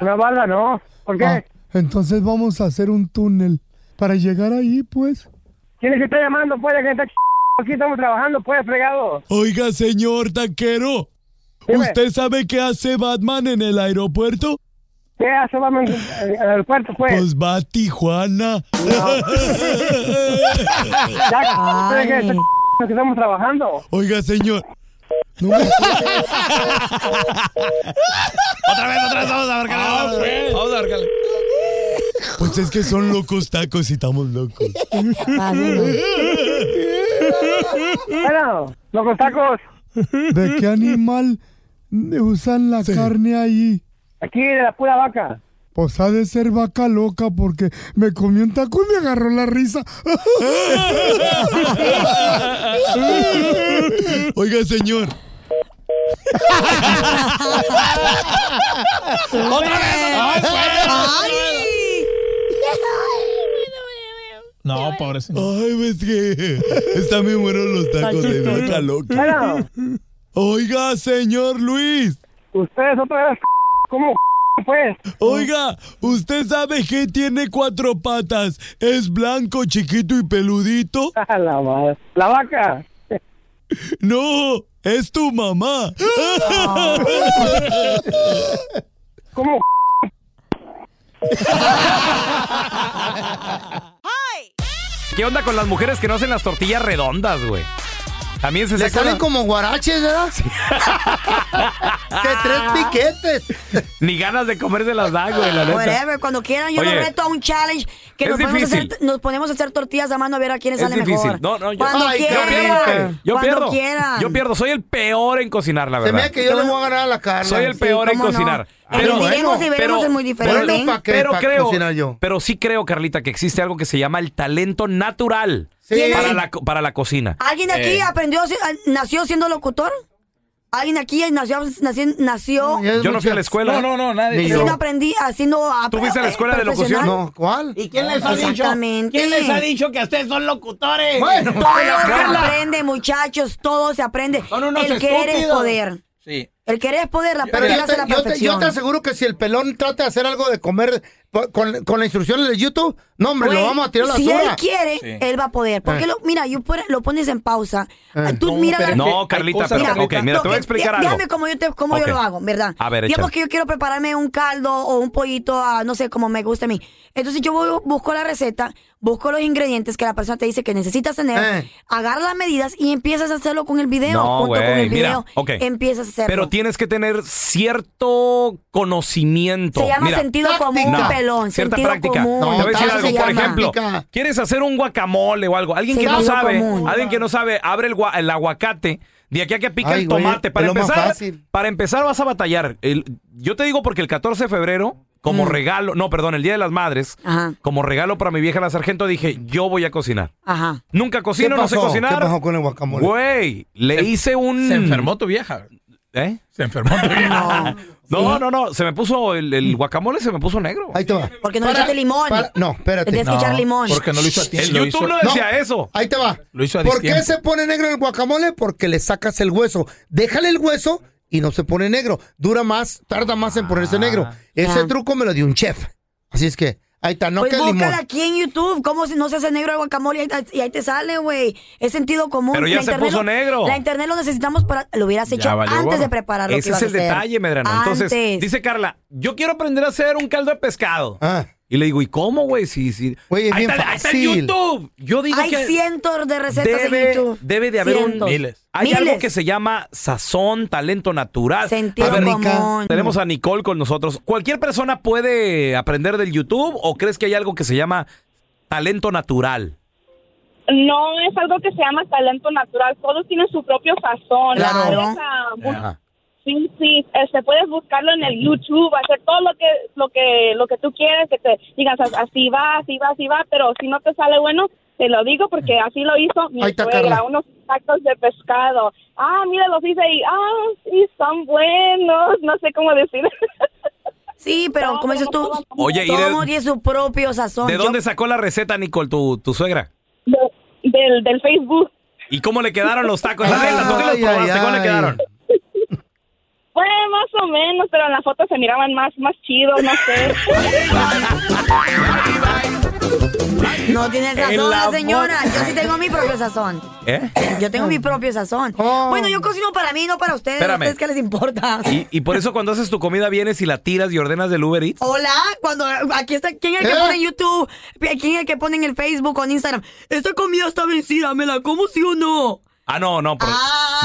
[SPEAKER 17] Una barda, ¿no? ¿Por qué?
[SPEAKER 5] Ah, entonces vamos a hacer un túnel para llegar ahí, pues.
[SPEAKER 17] ¿Quién es que está llamando? Pues, que está ch... Aquí estamos trabajando, pues, fregado.
[SPEAKER 5] Oiga, señor taquero, ¿usted sabe qué hace Batman en el aeropuerto?
[SPEAKER 17] ¿Qué hace Batman en el aeropuerto, pues?
[SPEAKER 5] Pues va a <laughs> Tijuana.
[SPEAKER 17] ya, pues, que está ch... que estamos trabajando.
[SPEAKER 5] Oiga, señor. No me-
[SPEAKER 1] Otra vez, otra vez, vamos a
[SPEAKER 6] Ah,
[SPEAKER 1] marcarle. Vamos, a ver, vamos a marcarle.
[SPEAKER 5] Pues es que son locos tacos y estamos locos.
[SPEAKER 17] Bueno, los tacos.
[SPEAKER 5] ¿De qué animal usan la carne ahí?
[SPEAKER 17] Aquí, de la pura vaca.
[SPEAKER 5] Pues ha de ser vaca loca porque me comió un taco y me agarró la <laughs> risa. Oiga, señor.
[SPEAKER 15] ¡Otra vez!
[SPEAKER 5] No, pobrecito. Ay, ves que <laughs> están bien buenos los tacos de vaca loca. Oiga, señor Luis.
[SPEAKER 17] Ustedes otra vez, ¿cómo
[SPEAKER 18] <laughs> pues.
[SPEAKER 5] Oiga, ¿usted sabe que tiene cuatro patas? Es blanco, chiquito y
[SPEAKER 18] <laughs>
[SPEAKER 5] peludito.
[SPEAKER 18] la La vaca.
[SPEAKER 5] <laughs> No, es tu
[SPEAKER 14] <laughs>
[SPEAKER 5] mamá.
[SPEAKER 18] ¿Cómo?
[SPEAKER 1] ¿Qué onda con las mujeres que no hacen las tortillas redondas, güey? También se
[SPEAKER 2] Le
[SPEAKER 1] sacan
[SPEAKER 2] salen
[SPEAKER 1] la-
[SPEAKER 2] como guaraches, ¿verdad? <laughs> De tres piquetes.
[SPEAKER 1] Ni ganas de comer se las da, Ah. güey, la neta.
[SPEAKER 3] Whatever, cuando quieran, yo los
[SPEAKER 1] Oye,
[SPEAKER 3] reto a un challenge que
[SPEAKER 1] es
[SPEAKER 3] nos ponemos, a hacer,
[SPEAKER 1] difícil.
[SPEAKER 3] nos ponemos a hacer tortillas a mano a ver a quiénes
[SPEAKER 1] Es
[SPEAKER 3] sale
[SPEAKER 1] difícil.
[SPEAKER 3] mejor.
[SPEAKER 1] No, no, yo-
[SPEAKER 3] Cuando
[SPEAKER 1] Ay,
[SPEAKER 3] quieran.
[SPEAKER 1] Yo
[SPEAKER 3] cuando
[SPEAKER 1] pierdo.
[SPEAKER 3] quieran.
[SPEAKER 1] Yo pierdo. Soy el peor en cocinar, la verdad.
[SPEAKER 2] voy a ganar a la cara.
[SPEAKER 1] Soy el peor en cocinar.
[SPEAKER 2] Ah.
[SPEAKER 3] Pero veremos y veremos
[SPEAKER 1] pero-
[SPEAKER 3] es muy diferente.
[SPEAKER 1] pero-
[SPEAKER 2] ¿pa' qué?
[SPEAKER 1] pero
[SPEAKER 2] ¿Pa'
[SPEAKER 1] creo,
[SPEAKER 2] cocinar yo?
[SPEAKER 1] pero sí creo, Carlita, que existe algo que se llama el talento natural
[SPEAKER 3] Sí.
[SPEAKER 1] para, la, co- para la cocina.
[SPEAKER 3] ¿Alguien de aquí
[SPEAKER 1] Eh,
[SPEAKER 3] aprendió, si- ah, nació siendo locutor? ¿Alguien aquí nació? nació, nació
[SPEAKER 1] Yo no fui a la escuela. No, no, no, nadie. Ni
[SPEAKER 3] Así
[SPEAKER 1] yo.
[SPEAKER 3] no aprendí, así no... ah,
[SPEAKER 1] ¿Tú fuiste a la
[SPEAKER 3] eh,
[SPEAKER 1] escuela de locución?
[SPEAKER 3] profesional.
[SPEAKER 2] ¿cuál?
[SPEAKER 6] ¿Y quién les ha dicho?
[SPEAKER 3] Exactamente.
[SPEAKER 6] ¿Quién les ha dicho que ustedes son locutores?
[SPEAKER 3] Bueno, todo se aprende, muchachos, todo se aprende.
[SPEAKER 6] unos
[SPEAKER 3] El querer es
[SPEAKER 6] estúpidos.
[SPEAKER 3] poder.
[SPEAKER 6] Sí.
[SPEAKER 3] El querer es poder, la
[SPEAKER 2] Pero
[SPEAKER 3] práctica
[SPEAKER 2] yo
[SPEAKER 3] hace
[SPEAKER 2] te,
[SPEAKER 3] la
[SPEAKER 2] yo te- yo
[SPEAKER 3] perfección.
[SPEAKER 2] te aseguro que si el pelón trata de hacer algo de comer po- con, con las instrucciones de YouTube, no, hombre, lo
[SPEAKER 3] Güey,
[SPEAKER 2] vamos a tirar a la
[SPEAKER 3] Si
[SPEAKER 2] basura.
[SPEAKER 3] él quiere, él va a poder. Porque
[SPEAKER 2] Eh.
[SPEAKER 3] lo, mira, yo pone- lo pones en pausa.
[SPEAKER 2] Eh.
[SPEAKER 3] Tú
[SPEAKER 2] No,
[SPEAKER 3] mira
[SPEAKER 2] pero es que
[SPEAKER 1] No, Carlita, pero- ok, mira, te voy a explicar algo.
[SPEAKER 3] Déjame cómo, yo, te, cómo
[SPEAKER 1] Ok.
[SPEAKER 3] yo lo hago, ¿verdad?
[SPEAKER 1] A ver,
[SPEAKER 3] Digamos
[SPEAKER 1] échale.
[SPEAKER 3] que yo quiero prepararme un caldo o un pollito, ah, no sé, como me gusta a mí. Entonces yo voy, busco la receta, busco los ingredientes que la persona te dice que necesitas tener, agarra las medidas y empiezas a hacerlo con el video.
[SPEAKER 1] Eh. No,
[SPEAKER 3] junto con
[SPEAKER 1] güey,
[SPEAKER 3] el
[SPEAKER 1] mira,
[SPEAKER 3] video
[SPEAKER 1] ok.
[SPEAKER 3] empiezas a hacerlo.
[SPEAKER 1] Pero tienes que tener cierto conocimiento.
[SPEAKER 3] Se llama
[SPEAKER 1] Mira,
[SPEAKER 3] sentido común,
[SPEAKER 1] No,
[SPEAKER 3] pelón.
[SPEAKER 1] Cierta
[SPEAKER 3] sentido
[SPEAKER 1] práctica.
[SPEAKER 3] común.
[SPEAKER 1] Te voy a decir
[SPEAKER 3] Eso se
[SPEAKER 1] algo. Por
[SPEAKER 3] llama.
[SPEAKER 1] ejemplo, quieres hacer un guacamole o algo. Alguien que no
[SPEAKER 3] Sentido
[SPEAKER 1] sabe,
[SPEAKER 3] común.
[SPEAKER 1] alguien que no sabe, abre el, gua- el aguacate. De aquí a que pica
[SPEAKER 2] Ay,
[SPEAKER 1] el
[SPEAKER 2] güey,
[SPEAKER 1] tomate.
[SPEAKER 2] es
[SPEAKER 1] Para
[SPEAKER 2] lo más
[SPEAKER 1] empezar,
[SPEAKER 2] fácil.
[SPEAKER 1] para empezar vas a batallar. El- yo te digo porque el 14 de febrero,
[SPEAKER 3] Mm.
[SPEAKER 1] como regalo, no, perdón, el Día de las Madres,
[SPEAKER 3] Ajá.
[SPEAKER 1] como regalo para mi vieja la sargento, dije, yo voy a cocinar.
[SPEAKER 3] Ajá.
[SPEAKER 1] Nunca
[SPEAKER 2] ¿Qué
[SPEAKER 1] cocino,
[SPEAKER 2] pasó?
[SPEAKER 1] no sé
[SPEAKER 2] ¿Qué pasó
[SPEAKER 1] cocinar.
[SPEAKER 2] con el guacamole?
[SPEAKER 1] Güey, le hice un...
[SPEAKER 2] se enfermó
[SPEAKER 1] tu vieja. ¿Eh? Se enfermó tu
[SPEAKER 3] vieja.
[SPEAKER 1] No, no, no, se me puso el, el guacamole, se me puso negro.
[SPEAKER 2] Ahí te va.
[SPEAKER 3] Porque no le echaste limón.
[SPEAKER 2] para- no, espérate.
[SPEAKER 3] Le tienes que echar limón.
[SPEAKER 1] El YouTube no decía eso.
[SPEAKER 2] Ahí te va.
[SPEAKER 1] Lo hizo a
[SPEAKER 2] ¿Por qué
[SPEAKER 1] destiempo.
[SPEAKER 2] se pone negro el guacamole? Porque le sacas el hueso. Déjale el hueso y no se pone negro. Dura más, tarda más en ponerse negro.
[SPEAKER 1] Ah.
[SPEAKER 2] Ese
[SPEAKER 3] ya.
[SPEAKER 2] truco me lo dio un chef. Así es que, ahí está, no
[SPEAKER 3] pues
[SPEAKER 2] que el limón.
[SPEAKER 3] búscala aquí en YouTube. ¿Cómo si no se hace negro el guacamole? Y ahí te- Y ahí te sale, güey. Es sentido común.
[SPEAKER 1] Pero ya se
[SPEAKER 3] internet
[SPEAKER 1] puso
[SPEAKER 3] lo-
[SPEAKER 1] negro.
[SPEAKER 3] La internet lo necesitamos para. Lo hubieras
[SPEAKER 1] Ya
[SPEAKER 3] hecho
[SPEAKER 1] valió,
[SPEAKER 3] antes
[SPEAKER 1] gorro.
[SPEAKER 3] de preparar lo que
[SPEAKER 1] Ese
[SPEAKER 3] ibas
[SPEAKER 1] es
[SPEAKER 3] a
[SPEAKER 1] el
[SPEAKER 3] hacer.
[SPEAKER 1] detalle, Medrano. Entonces,
[SPEAKER 3] Antes.
[SPEAKER 1] dice Carla, yo quiero aprender a hacer un caldo de pescado. Y le digo, ¿y cómo, güey? Si,
[SPEAKER 2] Ah.
[SPEAKER 1] si...
[SPEAKER 2] es
[SPEAKER 1] ahí,
[SPEAKER 2] bien
[SPEAKER 1] está, ahí está en
[SPEAKER 2] fácil.
[SPEAKER 1] YouTube. Yo digo
[SPEAKER 3] Hay
[SPEAKER 1] que
[SPEAKER 3] cientos de recetas en
[SPEAKER 1] debe,
[SPEAKER 3] YouTube.
[SPEAKER 1] debe de haber un...
[SPEAKER 3] Cientos.
[SPEAKER 1] Hay
[SPEAKER 3] Miles.
[SPEAKER 1] algo que se llama sazón, talento natural.
[SPEAKER 3] Sentido común.
[SPEAKER 1] Tenemos a Nicole con nosotros. ¿Cualquier persona puede aprender del YouTube o crees que hay algo que se llama talento natural?
[SPEAKER 19] No es algo que se llama talento natural, todos tienen su propio sazón.
[SPEAKER 1] Claro.
[SPEAKER 19] Puedes, ah, bus- Sí, sí, este, puedes buscarlo en el YouTube, hacer todo lo que lo que lo que tú quieres, que te digas "As- así va, así va, así va, pero si no te sale bueno, te lo digo porque así lo hizo mi
[SPEAKER 4] Ahí está
[SPEAKER 19] suegra,
[SPEAKER 4] Carla.
[SPEAKER 19] unos tacos de pescado. Ah, mira, los hice y ah, sí, son buenos, no sé cómo decir.
[SPEAKER 3] <laughs> Sí, pero como dices tú,
[SPEAKER 1] Oye, ¿y
[SPEAKER 3] todo
[SPEAKER 1] de-
[SPEAKER 3] mundo tiene su propio sazón.
[SPEAKER 1] ¿De
[SPEAKER 3] Yo-
[SPEAKER 1] dónde sacó la receta, Nicole, tu, tu suegra?
[SPEAKER 19] del, del Facebook.
[SPEAKER 1] ¿Y cómo le quedaron los tacos? La neta, ¿tú qué los
[SPEAKER 19] Ay,
[SPEAKER 1] probaste?
[SPEAKER 19] ay,
[SPEAKER 1] ¿Cómo le
[SPEAKER 19] ay.
[SPEAKER 1] quedaron?
[SPEAKER 19] Fue más o menos, pero en la foto se miraban más, más chidos, no sé.
[SPEAKER 4] <laughs>
[SPEAKER 3] No tiene el
[SPEAKER 19] En
[SPEAKER 3] sazón
[SPEAKER 19] la
[SPEAKER 3] la señora. Yo sí tengo mi propio sazón.
[SPEAKER 1] ¿Eh?
[SPEAKER 3] Yo tengo mi propio sazón. Bueno, yo cocino para mí, no para ustedes. ¿A
[SPEAKER 1] Oh. Espérame.
[SPEAKER 3] ustedes qué les importa?
[SPEAKER 1] Y, y por eso cuando haces tu comida vienes y la tiras y ordenas del Uber Eats.
[SPEAKER 3] Hola, cuando aquí está, ¿quién es el que
[SPEAKER 1] ¿Eh?
[SPEAKER 3] pone en YouTube? ¿Quién es el que pone en el Facebook o en Instagram? Esta comida está vencida, ¿me la como sí o no?
[SPEAKER 1] Ah, no, no, porque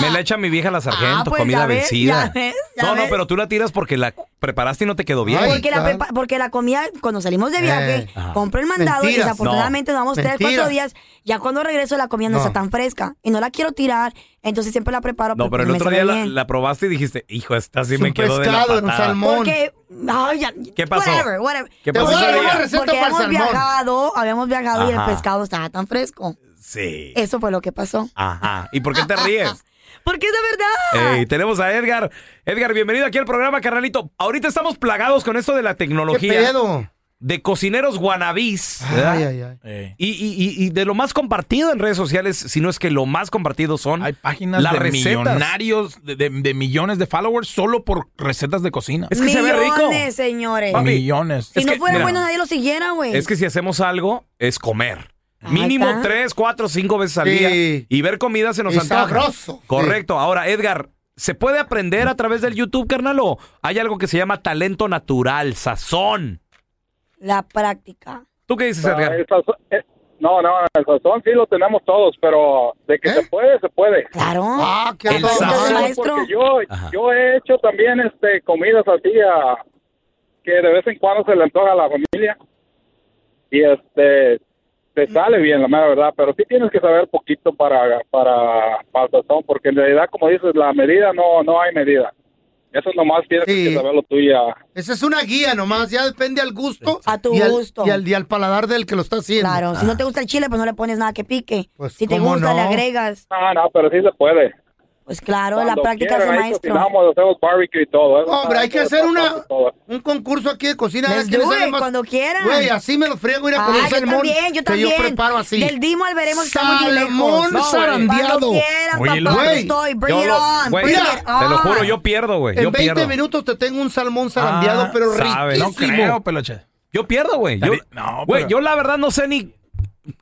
[SPEAKER 1] me la echa mi vieja la sargento,
[SPEAKER 3] Ah, pues,
[SPEAKER 1] comida
[SPEAKER 3] ya ves,
[SPEAKER 1] vencida.
[SPEAKER 3] ya ves, ya
[SPEAKER 1] no, no,
[SPEAKER 3] ves.
[SPEAKER 1] pero tú la tiras porque la preparaste y no te quedó bien.
[SPEAKER 3] porque, la prepa- porque la comida, cuando salimos de viaje,
[SPEAKER 1] Eh, ajá.
[SPEAKER 3] compro el mandado y
[SPEAKER 1] Mentiras.
[SPEAKER 3] desafortunadamente
[SPEAKER 1] No.
[SPEAKER 3] nos vamos tres,
[SPEAKER 1] Mentiras.
[SPEAKER 3] cuatro días. Ya cuando regreso la comida no,
[SPEAKER 1] No.
[SPEAKER 3] está tan fresca y no la quiero tirar, entonces siempre la preparo.
[SPEAKER 1] No,
[SPEAKER 3] pues,
[SPEAKER 1] pero el
[SPEAKER 3] porque
[SPEAKER 1] otro
[SPEAKER 3] me
[SPEAKER 1] día
[SPEAKER 3] sabe
[SPEAKER 1] la,
[SPEAKER 3] bien.
[SPEAKER 1] la probaste y dijiste, hijo, esta sí me quedó de la patada.
[SPEAKER 3] Porque, ay, ya-
[SPEAKER 1] ¿Qué pasó?
[SPEAKER 3] Whatever, whatever.
[SPEAKER 1] ¿Qué pasó
[SPEAKER 3] Porque
[SPEAKER 1] ese día?
[SPEAKER 3] habíamos-
[SPEAKER 1] Receta
[SPEAKER 3] Porque
[SPEAKER 1] para el
[SPEAKER 3] habíamos
[SPEAKER 1] salmón.
[SPEAKER 3] viajado, habíamos viajado y el
[SPEAKER 1] Ajá.
[SPEAKER 3] pescado estaba tan fresco.
[SPEAKER 1] Sí.
[SPEAKER 3] Eso fue lo que pasó.
[SPEAKER 1] Ajá. ¿Y por qué te
[SPEAKER 3] <laughs>
[SPEAKER 1] ríes?
[SPEAKER 3] Porque es de verdad.
[SPEAKER 1] Ey, tenemos a Edgar. Edgar, bienvenido aquí al programa, carnalito. Ahorita estamos plagados con esto de la tecnología.
[SPEAKER 2] ¿Qué pedo?
[SPEAKER 1] de cocineros guanabís. ¿verdad?
[SPEAKER 2] Ay, ay, ay.
[SPEAKER 1] Eh. Y, y- y- y de lo más compartido en redes sociales, si no es que lo más compartido son
[SPEAKER 20] Páginas
[SPEAKER 1] las
[SPEAKER 20] de
[SPEAKER 1] recetas.
[SPEAKER 20] millonarios, de, de- de millones de followers solo por recetas de cocina.
[SPEAKER 3] Millones, señores.
[SPEAKER 20] Papi, Millones.
[SPEAKER 3] Si
[SPEAKER 1] Es
[SPEAKER 3] no
[SPEAKER 1] que-
[SPEAKER 3] fuera
[SPEAKER 1] mira.
[SPEAKER 3] bueno, nadie lo siguiera, güey.
[SPEAKER 1] Es que si hacemos algo, es comer. Mínimo
[SPEAKER 3] está.
[SPEAKER 1] tres, cuatro, cinco veces al
[SPEAKER 2] Sí.
[SPEAKER 1] día. Y ver comida se nos
[SPEAKER 2] Y
[SPEAKER 1] antoja.
[SPEAKER 2] sabroso.
[SPEAKER 1] Correcto. Ahora, Edgar, ¿se puede aprender a través del YouTube, carnal? o hay algo que se llama talento natural, sazón?
[SPEAKER 3] La práctica.
[SPEAKER 1] ¿Tú qué dices,
[SPEAKER 15] Ah,
[SPEAKER 1] Edgar?
[SPEAKER 15] el sazón- eh, no, no, el sazón sí lo tenemos todos, pero de que se puede, se puede.
[SPEAKER 3] Claro.
[SPEAKER 2] Ah,
[SPEAKER 3] qué El sazón. sazón.
[SPEAKER 15] Porque yo, yo he hecho también este comidas así a, que de vez en cuando se le antoja a la familia y este
[SPEAKER 3] Mm.
[SPEAKER 15] te sale bien, la mera verdad, pero sí tienes que saber poquito para, para, para el sazón, porque en realidad, como dices, la medida no, no hay medida. Eso nomás tienes que saber lo tuyo.
[SPEAKER 2] Esa es una guía nomás, ya depende al gusto. A
[SPEAKER 3] tu gusto.
[SPEAKER 2] Y al, y al paladar del que lo está haciendo. Pues,
[SPEAKER 3] Claro, si no te gusta el chile, pues no le pones nada que pique. si te
[SPEAKER 2] ¿cómo
[SPEAKER 3] gusta, le
[SPEAKER 2] no?
[SPEAKER 3] agregas.
[SPEAKER 15] Ah, no, pero sí se puede.
[SPEAKER 3] Pues claro, la práctica hace maestro.
[SPEAKER 15] Cocinamos, hacemos barbecue y todo. ¿eh? eso
[SPEAKER 2] Hombre,
[SPEAKER 15] está-
[SPEAKER 2] hay que
[SPEAKER 15] eso
[SPEAKER 2] hacer
[SPEAKER 15] está
[SPEAKER 2] una-
[SPEAKER 15] fácil todo.
[SPEAKER 2] Un concurso aquí de cocina. a ver
[SPEAKER 3] Let's
[SPEAKER 2] quién le
[SPEAKER 3] do
[SPEAKER 2] sabe
[SPEAKER 3] it,
[SPEAKER 2] más.
[SPEAKER 3] cuando quieran.
[SPEAKER 2] Güey, así me lo friego, ir a
[SPEAKER 3] Ah,
[SPEAKER 2] poner
[SPEAKER 3] yo
[SPEAKER 2] salmón.
[SPEAKER 3] también, yo
[SPEAKER 2] Que yo
[SPEAKER 3] también.
[SPEAKER 2] preparo así.
[SPEAKER 3] Del Dimo al veremos está muy lejos.
[SPEAKER 2] Salmón
[SPEAKER 3] No, güey.
[SPEAKER 2] zarandeado.
[SPEAKER 3] Cuando quieran, Oye, papá, lo- aquí estoy. Bring
[SPEAKER 1] Yo
[SPEAKER 3] it
[SPEAKER 1] lo-
[SPEAKER 3] on,
[SPEAKER 1] güey,
[SPEAKER 3] bring
[SPEAKER 1] mira,
[SPEAKER 3] it
[SPEAKER 1] Te lo
[SPEAKER 3] on.
[SPEAKER 1] juro, yo pierdo, güey.
[SPEAKER 2] en
[SPEAKER 1] Yo
[SPEAKER 2] 20
[SPEAKER 1] pierdo.
[SPEAKER 2] minutos te tengo un salmón zarandeado, pero
[SPEAKER 1] Ah, Sabe,
[SPEAKER 2] riquísimo.
[SPEAKER 1] No creo, peloche. Yo pierdo, güey. Yo, güey, yo la verdad no sé ni.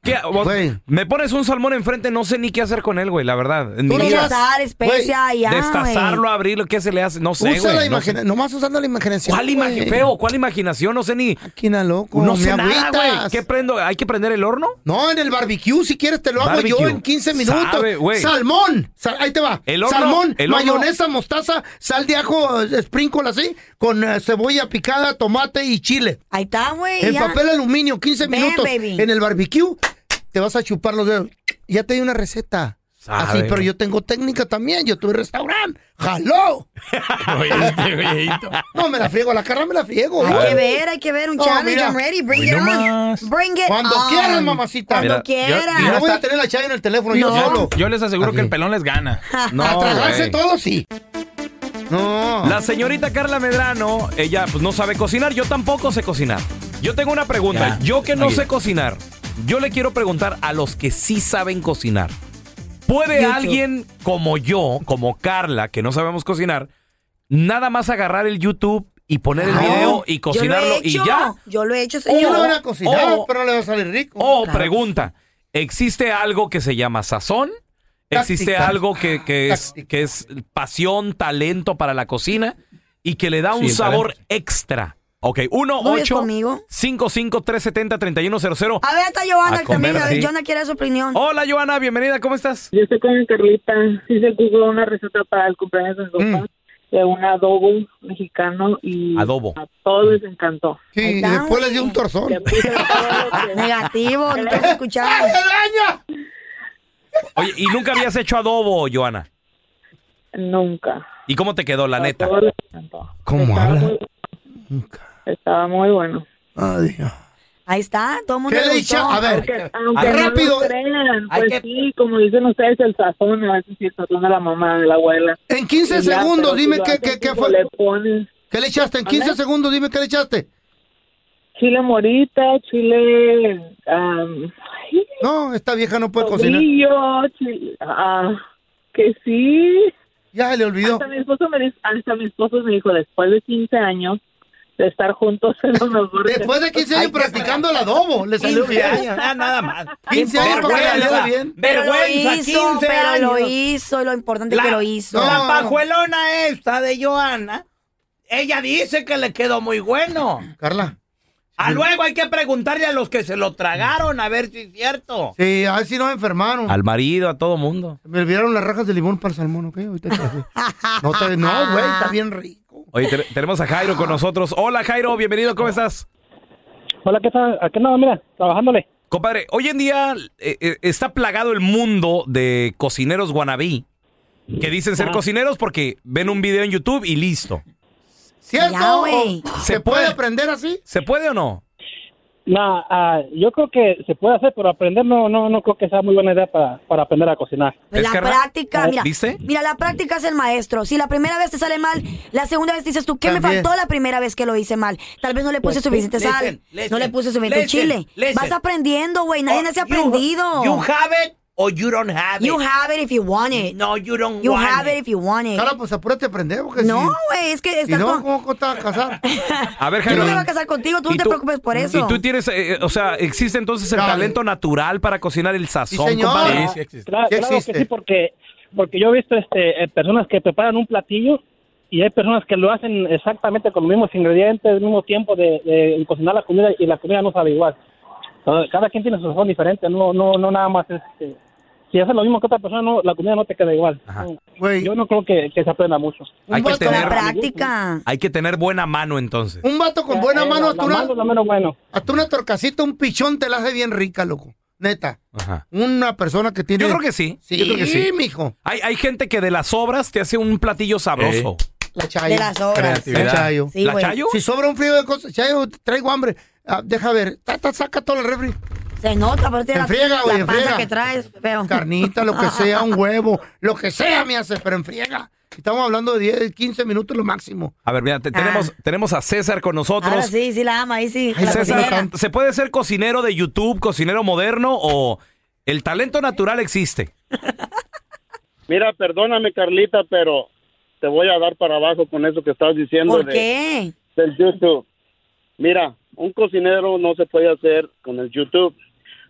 [SPEAKER 1] qué- vos- me pones un salmón enfrente, no sé ni qué hacer con él, güey, la verdad. En mi vida.
[SPEAKER 3] Mira, sal, especia, ya, güey.
[SPEAKER 1] Destazarlo, abrirlo, ¿qué se le hace? No sé, güey.
[SPEAKER 2] Usa la
[SPEAKER 1] no sé.
[SPEAKER 2] imaginación, nomás usando la imaginación.
[SPEAKER 1] ¿Cuál imagi-
[SPEAKER 2] güey.
[SPEAKER 1] feo? ¿Cuál imaginación? No sé ni.
[SPEAKER 2] Máquina, loco.
[SPEAKER 1] No
[SPEAKER 2] mi
[SPEAKER 1] sé nada,
[SPEAKER 2] agüitas.
[SPEAKER 1] güey. ¿Qué prendo? ¿Hay que prender el horno?
[SPEAKER 2] No, en el barbecue, si quieres, te lo hago yo
[SPEAKER 1] Barbecue.
[SPEAKER 2] en 15 minutos.
[SPEAKER 1] Sabe, güey.
[SPEAKER 2] Salmón. sal- ahí te va.
[SPEAKER 1] El horno-
[SPEAKER 2] Salmón,
[SPEAKER 1] el horno-
[SPEAKER 2] mayonesa, mostaza, sal de ajo, eh, sprinkle así, con eh, cebolla picada, tomate y chile.
[SPEAKER 3] Ahí está, güey.
[SPEAKER 2] En
[SPEAKER 3] ya.
[SPEAKER 2] papel aluminio, 15
[SPEAKER 3] Ven,
[SPEAKER 2] minutos.
[SPEAKER 3] baby.
[SPEAKER 2] En el barbecue, te vas a chupar los dedos. Ya te di una receta.
[SPEAKER 20] Sabe.
[SPEAKER 2] Así, pero yo tengo técnica también. Yo tuve restaurante. ¡Jaló!
[SPEAKER 20] Oye, este güeyito.
[SPEAKER 2] No, me la friego, la cara me la friego.
[SPEAKER 3] Hay
[SPEAKER 2] güey.
[SPEAKER 3] que ver, hay que ver un
[SPEAKER 2] No,
[SPEAKER 3] challenge.
[SPEAKER 2] mira.
[SPEAKER 3] I'm ready. Bring
[SPEAKER 2] Hoy
[SPEAKER 3] it
[SPEAKER 2] no
[SPEAKER 3] on. Bring it
[SPEAKER 2] Cuando
[SPEAKER 3] on.
[SPEAKER 2] quieras, mamacita.
[SPEAKER 3] Cuando quieras.
[SPEAKER 2] no voy a tener la chave en el teléfono, yo
[SPEAKER 20] Yo-
[SPEAKER 2] solo.
[SPEAKER 20] Yo les aseguro que el pelón les gana.
[SPEAKER 2] a tragarse
[SPEAKER 1] güey.
[SPEAKER 2] todo, sí. No.
[SPEAKER 1] La señorita Carla Medrano, ella pues no sabe cocinar, yo tampoco sé cocinar. Yo tengo una pregunta, yo que no
[SPEAKER 20] oye.
[SPEAKER 1] sé cocinar, yo le quiero preguntar a los que sí saben cocinar. ¿Puede
[SPEAKER 20] YouTube.
[SPEAKER 1] alguien como yo, como Carla, que no sabemos cocinar, nada más agarrar el YouTube y poner el
[SPEAKER 3] Claro.
[SPEAKER 1] video y
[SPEAKER 3] Yo lo he
[SPEAKER 1] cocinarlo y
[SPEAKER 3] hecho.
[SPEAKER 1] ya?
[SPEAKER 3] Yo lo he hecho,
[SPEAKER 2] Yo
[SPEAKER 3] señor.
[SPEAKER 2] lo voy a cocinar,
[SPEAKER 1] Oh.
[SPEAKER 2] pero no le va a salir rico.
[SPEAKER 1] O pregunta, ¿existe algo que se llama sazón? ¿Existe
[SPEAKER 2] Táctica. Ah,
[SPEAKER 1] algo que, que es, que es pasión, talento para la cocina y que le da
[SPEAKER 20] Sí,
[SPEAKER 1] un
[SPEAKER 20] el
[SPEAKER 1] sabor extra? Ok, 1
[SPEAKER 3] ¿No vives
[SPEAKER 1] 8
[SPEAKER 3] conmigo?
[SPEAKER 1] 55 370 3100
[SPEAKER 3] A ver, está Joana
[SPEAKER 1] A
[SPEAKER 3] también.
[SPEAKER 1] comer,
[SPEAKER 3] a ver,
[SPEAKER 1] sí. Oh.
[SPEAKER 3] Joana quiere su opinión.
[SPEAKER 1] Hola, Joana, bienvenida, ¿cómo estás?
[SPEAKER 4] Yo estoy con Carlita. Sí se puso una receta para el cumpleaños de su papá de un adobo mexicano y
[SPEAKER 1] Mm. Adobo.
[SPEAKER 4] a todos les encantó.
[SPEAKER 2] Sí, y después les dio un torzón.
[SPEAKER 3] Ah.
[SPEAKER 1] <laughs>
[SPEAKER 3] Negativo, no te escuchamos.
[SPEAKER 1] Oye, ¿y nunca habías hecho adobo, Joana?
[SPEAKER 4] Nunca.
[SPEAKER 1] ¿Y cómo te quedó, la neta?
[SPEAKER 4] Todos les encantó.
[SPEAKER 2] ¿Cómo
[SPEAKER 4] habla? Estaba muy bueno.
[SPEAKER 3] Ahí está, todo el mundo
[SPEAKER 2] ¿Qué
[SPEAKER 3] le
[SPEAKER 2] dicha?
[SPEAKER 3] gustó.
[SPEAKER 2] A ver.
[SPEAKER 4] Aunque, aunque no lo
[SPEAKER 2] rápido.
[SPEAKER 4] <laughs> crean,
[SPEAKER 2] Hay
[SPEAKER 4] pues
[SPEAKER 2] que-
[SPEAKER 4] sí, como dicen ustedes, el sazón, a veces sí, el sazón de la mamá, de la abuela.
[SPEAKER 2] En 15
[SPEAKER 4] Y ya,
[SPEAKER 2] segundos,
[SPEAKER 4] pero si
[SPEAKER 2] dime
[SPEAKER 4] lo
[SPEAKER 2] qué,
[SPEAKER 4] hacen
[SPEAKER 2] qué, qué
[SPEAKER 4] como
[SPEAKER 2] fue.
[SPEAKER 4] Le ponen
[SPEAKER 2] ¿Qué le echaste? En
[SPEAKER 4] ¿Mande?
[SPEAKER 2] 15 segundos, dime qué le echaste.
[SPEAKER 4] chile morita, chile... am, ay,
[SPEAKER 2] No, esta vieja no puede cocinar.
[SPEAKER 4] Tomillo, chile- ah, que sí.
[SPEAKER 2] Ya le olvidó.
[SPEAKER 4] Hasta mi esposo me, dice- hasta mi esposo me dijo, después de 15 años de estar juntos <laughs> en los mejor.
[SPEAKER 2] Después de 15 años practicando el adobo, le salió bien.
[SPEAKER 3] Ah,
[SPEAKER 20] nada más.
[SPEAKER 2] 15 años para que le saliera
[SPEAKER 20] Vergüenza.
[SPEAKER 2] bien.
[SPEAKER 3] Pero lo
[SPEAKER 20] Vergüenza,
[SPEAKER 3] hizo,
[SPEAKER 20] 15
[SPEAKER 3] pero lo
[SPEAKER 20] años.
[SPEAKER 3] hizo, y lo importante que lo hizo.
[SPEAKER 20] la pajuelona esta de Joana, ella dice que le quedó muy bueno.
[SPEAKER 2] Carla.
[SPEAKER 20] A luego hay que preguntarle a los que se lo tragaron a ver si es cierto.
[SPEAKER 2] Sí, a ver si nos enfermaron.
[SPEAKER 1] Al marido, a todo mundo.
[SPEAKER 2] Me olvidaron las rajas de limón para el salmón, ¿ok? Ahorita te
[SPEAKER 3] <laughs>
[SPEAKER 2] las doy. no, te- no, güey,
[SPEAKER 3] Ah,
[SPEAKER 2] está bien rico.
[SPEAKER 1] Oye, te- tenemos a Jairo con nosotros. Hola, Jairo, bienvenido, ¿cómo estás?
[SPEAKER 21] Hola, ¿qué tal? Aquí nada, mira, trabajándole.
[SPEAKER 1] Compadre, hoy en día eh, eh, está plagado el mundo de cocineros guanabí que dicen
[SPEAKER 21] Ah.
[SPEAKER 1] ser cocineros porque ven un video en YouTube y listo.
[SPEAKER 2] ¿Cierto?
[SPEAKER 3] Ya, güey.
[SPEAKER 2] ¿Se puede aprender así?
[SPEAKER 1] ¿Se puede o no?
[SPEAKER 21] Nah, ah, yo creo que se puede hacer, pero aprender no, no, no creo que sea muy buena idea para, para aprender a cocinar.
[SPEAKER 3] La práctica, mira.
[SPEAKER 21] ¿Viste?
[SPEAKER 3] Mira, la práctica es el maestro. Si la primera vez te sale mal, la segunda vez dices tú, ¿qué me
[SPEAKER 6] También.
[SPEAKER 3] faltó la primera vez que lo hice mal? Tal vez no le puse
[SPEAKER 6] Pues,
[SPEAKER 3] suficiente
[SPEAKER 6] listen,
[SPEAKER 3] sal,
[SPEAKER 6] listen,
[SPEAKER 3] no le puse suficiente
[SPEAKER 6] listen,
[SPEAKER 3] chile.
[SPEAKER 6] listen. Oh,
[SPEAKER 3] Vas aprendiendo, güey. Nadie nace aprendido.
[SPEAKER 6] You have it or you don't have it.
[SPEAKER 3] You have it if you want it.
[SPEAKER 6] No, you don't
[SPEAKER 3] You
[SPEAKER 6] want
[SPEAKER 3] have it if you want it.
[SPEAKER 2] Cara, pues apúrate a aprender, porque
[SPEAKER 3] No,
[SPEAKER 2] si-
[SPEAKER 3] güey, es que
[SPEAKER 2] si
[SPEAKER 3] estás
[SPEAKER 2] no,
[SPEAKER 3] con-
[SPEAKER 2] ¿cómo te vas a casar?
[SPEAKER 1] A
[SPEAKER 3] <laughs>
[SPEAKER 1] ver,
[SPEAKER 3] Yo no me voy
[SPEAKER 1] Jairo.
[SPEAKER 3] a casar contigo, tú no
[SPEAKER 1] ¿Y
[SPEAKER 3] te
[SPEAKER 1] tú?
[SPEAKER 3] preocupes por eso.
[SPEAKER 1] Y tú tienes, eh, o sea, existe entonces el talento natural para cocinar el sazón,
[SPEAKER 21] eh. señor.
[SPEAKER 1] compadre.
[SPEAKER 21] Sí, sí existe. Claro, claro que sí, porque, porque yo he visto este, eh, personas que preparan un platillo y hay personas que lo hacen exactamente con los mismos ingredientes, el mismo tiempo de, de cocinar la comida y la comida no sabe igual. Entonces, Cada quien tiene su sazón diferente, no, no, no nada más es que- si haces lo mismo que otra persona, no, la comida no te queda igual. Yo no creo que, que se aprenda mucho.
[SPEAKER 1] Hay que tener,
[SPEAKER 3] práctica.
[SPEAKER 1] hay que tener buena mano entonces.
[SPEAKER 2] Un vato con buena
[SPEAKER 21] Eh,
[SPEAKER 2] mano,
[SPEAKER 21] la
[SPEAKER 2] hasta una,
[SPEAKER 21] mano, la mano, bueno.
[SPEAKER 2] hasta una torcasita, un pichón te la hace bien rica, loco. Neta.
[SPEAKER 1] Ajá.
[SPEAKER 2] Una persona que tiene.
[SPEAKER 1] Yo creo que sí.
[SPEAKER 2] Sí,
[SPEAKER 1] yo creo que sí.
[SPEAKER 2] mijo.
[SPEAKER 1] Hay, hay gente que de las obras te hace un platillo sabroso.
[SPEAKER 2] La chayo.
[SPEAKER 1] De las obras. Creatividad.
[SPEAKER 2] La chayo.
[SPEAKER 1] Sí, ¿La güey. chayo?
[SPEAKER 2] Si sobra un frío de cosas, chayo, traigo hambre. Ah, deja ver. Tata, saca todo el refri.
[SPEAKER 3] Se nota, pero tiene la-
[SPEAKER 2] enfriega, güey,
[SPEAKER 3] la panza
[SPEAKER 2] enfriega.
[SPEAKER 3] que traes, feo.
[SPEAKER 2] Carnita, lo que
[SPEAKER 3] <laughs>
[SPEAKER 2] sea, un huevo, lo que sea me hace, pero enfriega. Estamos hablando de 10, 15 minutos lo máximo.
[SPEAKER 1] A ver, mira, te- tenemos, tenemos a César con nosotros.
[SPEAKER 3] Ah. Ahora sí, sí la ama, ahí sí. la cocinera.
[SPEAKER 1] César, ¿se puede ser cocinero de YouTube, cocinero moderno o el talento natural existe?
[SPEAKER 22] Mira, perdóname, Carlita, pero te voy a dar para abajo con eso que estás diciendo.
[SPEAKER 3] ¿Por
[SPEAKER 22] de-
[SPEAKER 3] qué?
[SPEAKER 22] Del YouTube. Mira, un cocinero no se puede hacer con el YouTube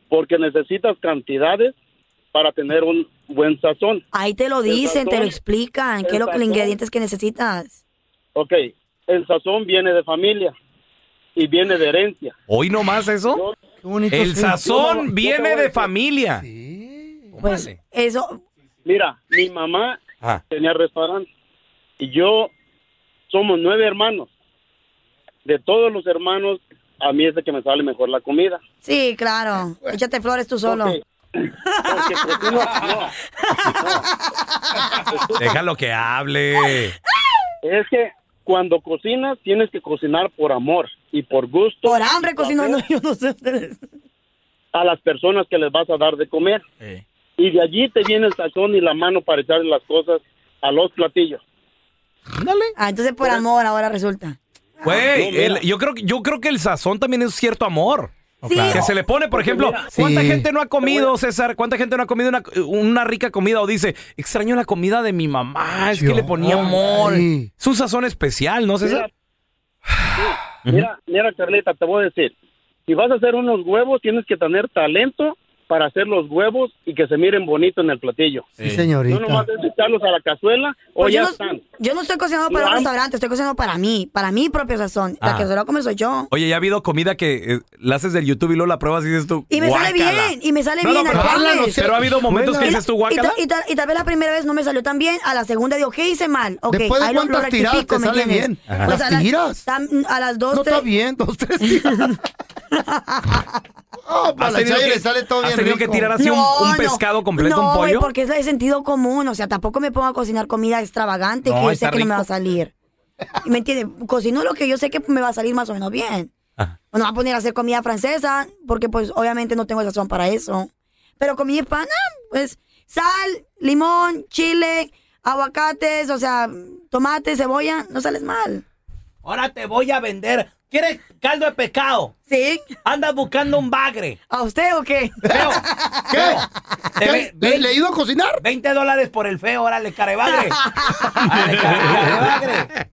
[SPEAKER 22] porque necesitas cantidades para tener un buen sazón.
[SPEAKER 3] Ahí te lo
[SPEAKER 22] El
[SPEAKER 3] dicen, te lo
[SPEAKER 22] sazón-
[SPEAKER 3] explican,
[SPEAKER 22] el
[SPEAKER 3] qué es lo que los
[SPEAKER 22] sazón-
[SPEAKER 3] ingredientes que necesitas.
[SPEAKER 22] Ok, el sazón viene de familia y viene de herencia.
[SPEAKER 1] ¿Hoy nomás eso? el
[SPEAKER 22] sí.
[SPEAKER 1] sazón
[SPEAKER 22] Yo no- yo te
[SPEAKER 1] viene
[SPEAKER 22] voy a
[SPEAKER 1] de
[SPEAKER 22] decir.
[SPEAKER 1] familia.
[SPEAKER 3] Pues eso,
[SPEAKER 22] Mira, mi mamá
[SPEAKER 1] Ah.
[SPEAKER 22] tenía restaurante y yo somos nueve hermanos. De todos los hermanos, a mí es de que me sale mejor la comida.
[SPEAKER 3] sí,
[SPEAKER 22] <laughs>
[SPEAKER 3] claro. Échate flores tú solo. Pues,
[SPEAKER 1] Déjalo que
[SPEAKER 3] <laughs> Ah.
[SPEAKER 1] hable.
[SPEAKER 22] Es que cuando cocinas tienes que cocinar por amor y por gusto.
[SPEAKER 3] Por hambre cocinando, yo no sé ustedes.
[SPEAKER 22] A las personas que les vas a dar de comer.
[SPEAKER 1] Eh.
[SPEAKER 22] Y de allí te viene el sazón y la mano para echarle las cosas a los platillos.
[SPEAKER 3] Ah, entonces por amor ahora resulta.
[SPEAKER 1] Güey,
[SPEAKER 22] No, mira.
[SPEAKER 1] el- yo, creo, que- yo creo que el sazón también es cierto amor.
[SPEAKER 3] Sí.
[SPEAKER 1] Que se le pone, por
[SPEAKER 22] Porque
[SPEAKER 1] ejemplo,
[SPEAKER 22] mira-
[SPEAKER 1] ¿cuánta
[SPEAKER 22] Sí.
[SPEAKER 1] gente no ha comido, César? ¿Cuánta gente no ha comido una, una rica comida? O dice, extraño la comida de mi mamá, es que le ponía amor.
[SPEAKER 22] Ay.
[SPEAKER 1] Es un sazón especial, ¿no, César?
[SPEAKER 22] Mira, mira, Carlita, te voy a decir. Si vas a hacer unos huevos, tienes que tener talento para hacer los huevos y que se miren bonito en el platillo.
[SPEAKER 2] Sí, señorita.
[SPEAKER 22] No nomás es echarlos a la cazuela o
[SPEAKER 3] Pues
[SPEAKER 22] Oh, ya
[SPEAKER 3] yo, no,
[SPEAKER 22] están.
[SPEAKER 3] yo no estoy cocinando para
[SPEAKER 22] No,
[SPEAKER 3] un
[SPEAKER 22] am-
[SPEAKER 3] restaurante, estoy cocinando para mí, para mi propio sazón. La
[SPEAKER 1] Ah.
[SPEAKER 3] que se lo come soy yo.
[SPEAKER 1] Oye, ya ha habido comida que eh, la haces del YouTube y luego la pruebas y dices tú.
[SPEAKER 3] Y me sale
[SPEAKER 1] "Guácala".
[SPEAKER 3] bien, y me sale
[SPEAKER 1] No, no,
[SPEAKER 3] bien.
[SPEAKER 1] pero,
[SPEAKER 3] al
[SPEAKER 1] háblalo,
[SPEAKER 3] cual.
[SPEAKER 1] pero ha habido momentos que dices tú,
[SPEAKER 3] Y ta-
[SPEAKER 1] guácala.
[SPEAKER 3] Y, ta- y tal vez la primera vez no me salió tan bien, a la segunda digo, ¿qué hice mal? Ok,
[SPEAKER 2] Después de
[SPEAKER 3] ahí lo- lo
[SPEAKER 2] cuántas tiradas
[SPEAKER 3] rectifico,
[SPEAKER 2] te
[SPEAKER 3] ¿me
[SPEAKER 2] sale
[SPEAKER 3] entiendes?
[SPEAKER 2] bien. Ajá. Las
[SPEAKER 3] a
[SPEAKER 2] tiras.
[SPEAKER 3] tam- a las dos,
[SPEAKER 2] No
[SPEAKER 3] tres-
[SPEAKER 2] está bien, dos, tres
[SPEAKER 3] <laughs>
[SPEAKER 2] tiradas. Oh, para
[SPEAKER 1] ¿Has
[SPEAKER 2] la
[SPEAKER 1] tenido
[SPEAKER 2] chayo
[SPEAKER 1] que-
[SPEAKER 2] le sale todo
[SPEAKER 1] has
[SPEAKER 2] bien
[SPEAKER 1] tenido que
[SPEAKER 2] rico.
[SPEAKER 1] tirar así un- un pescado completo, un
[SPEAKER 3] no, güey,
[SPEAKER 1] pollo?
[SPEAKER 3] porque es de sentido común, o sea, tampoco me pongo a cocinar comida extravagante
[SPEAKER 1] No,
[SPEAKER 3] que yo sé
[SPEAKER 1] está
[SPEAKER 3] que no me
[SPEAKER 1] rico.
[SPEAKER 3] va a salir. ¿Me entiendes? Cocino lo que yo sé que me va a salir más o menos bien. No me voy a poner a hacer comida francesa, porque pues obviamente no tengo sazón para eso. Pero comida hispana, pues sal, limón, chile, aguacates, o sea, tomate, cebolla, no sales mal.
[SPEAKER 6] Ahora te voy a vender. ¿Quieres caldo de pescado?
[SPEAKER 3] Sí.
[SPEAKER 6] Andas buscando un bagre.
[SPEAKER 3] ¿A usted o qué? <laughs>
[SPEAKER 6] Feo.
[SPEAKER 2] ¿Qué? ¿Le- le ayudo a cocinar?
[SPEAKER 6] 20 dólares por el feo,
[SPEAKER 3] <laughs>
[SPEAKER 6] órale, carebagre.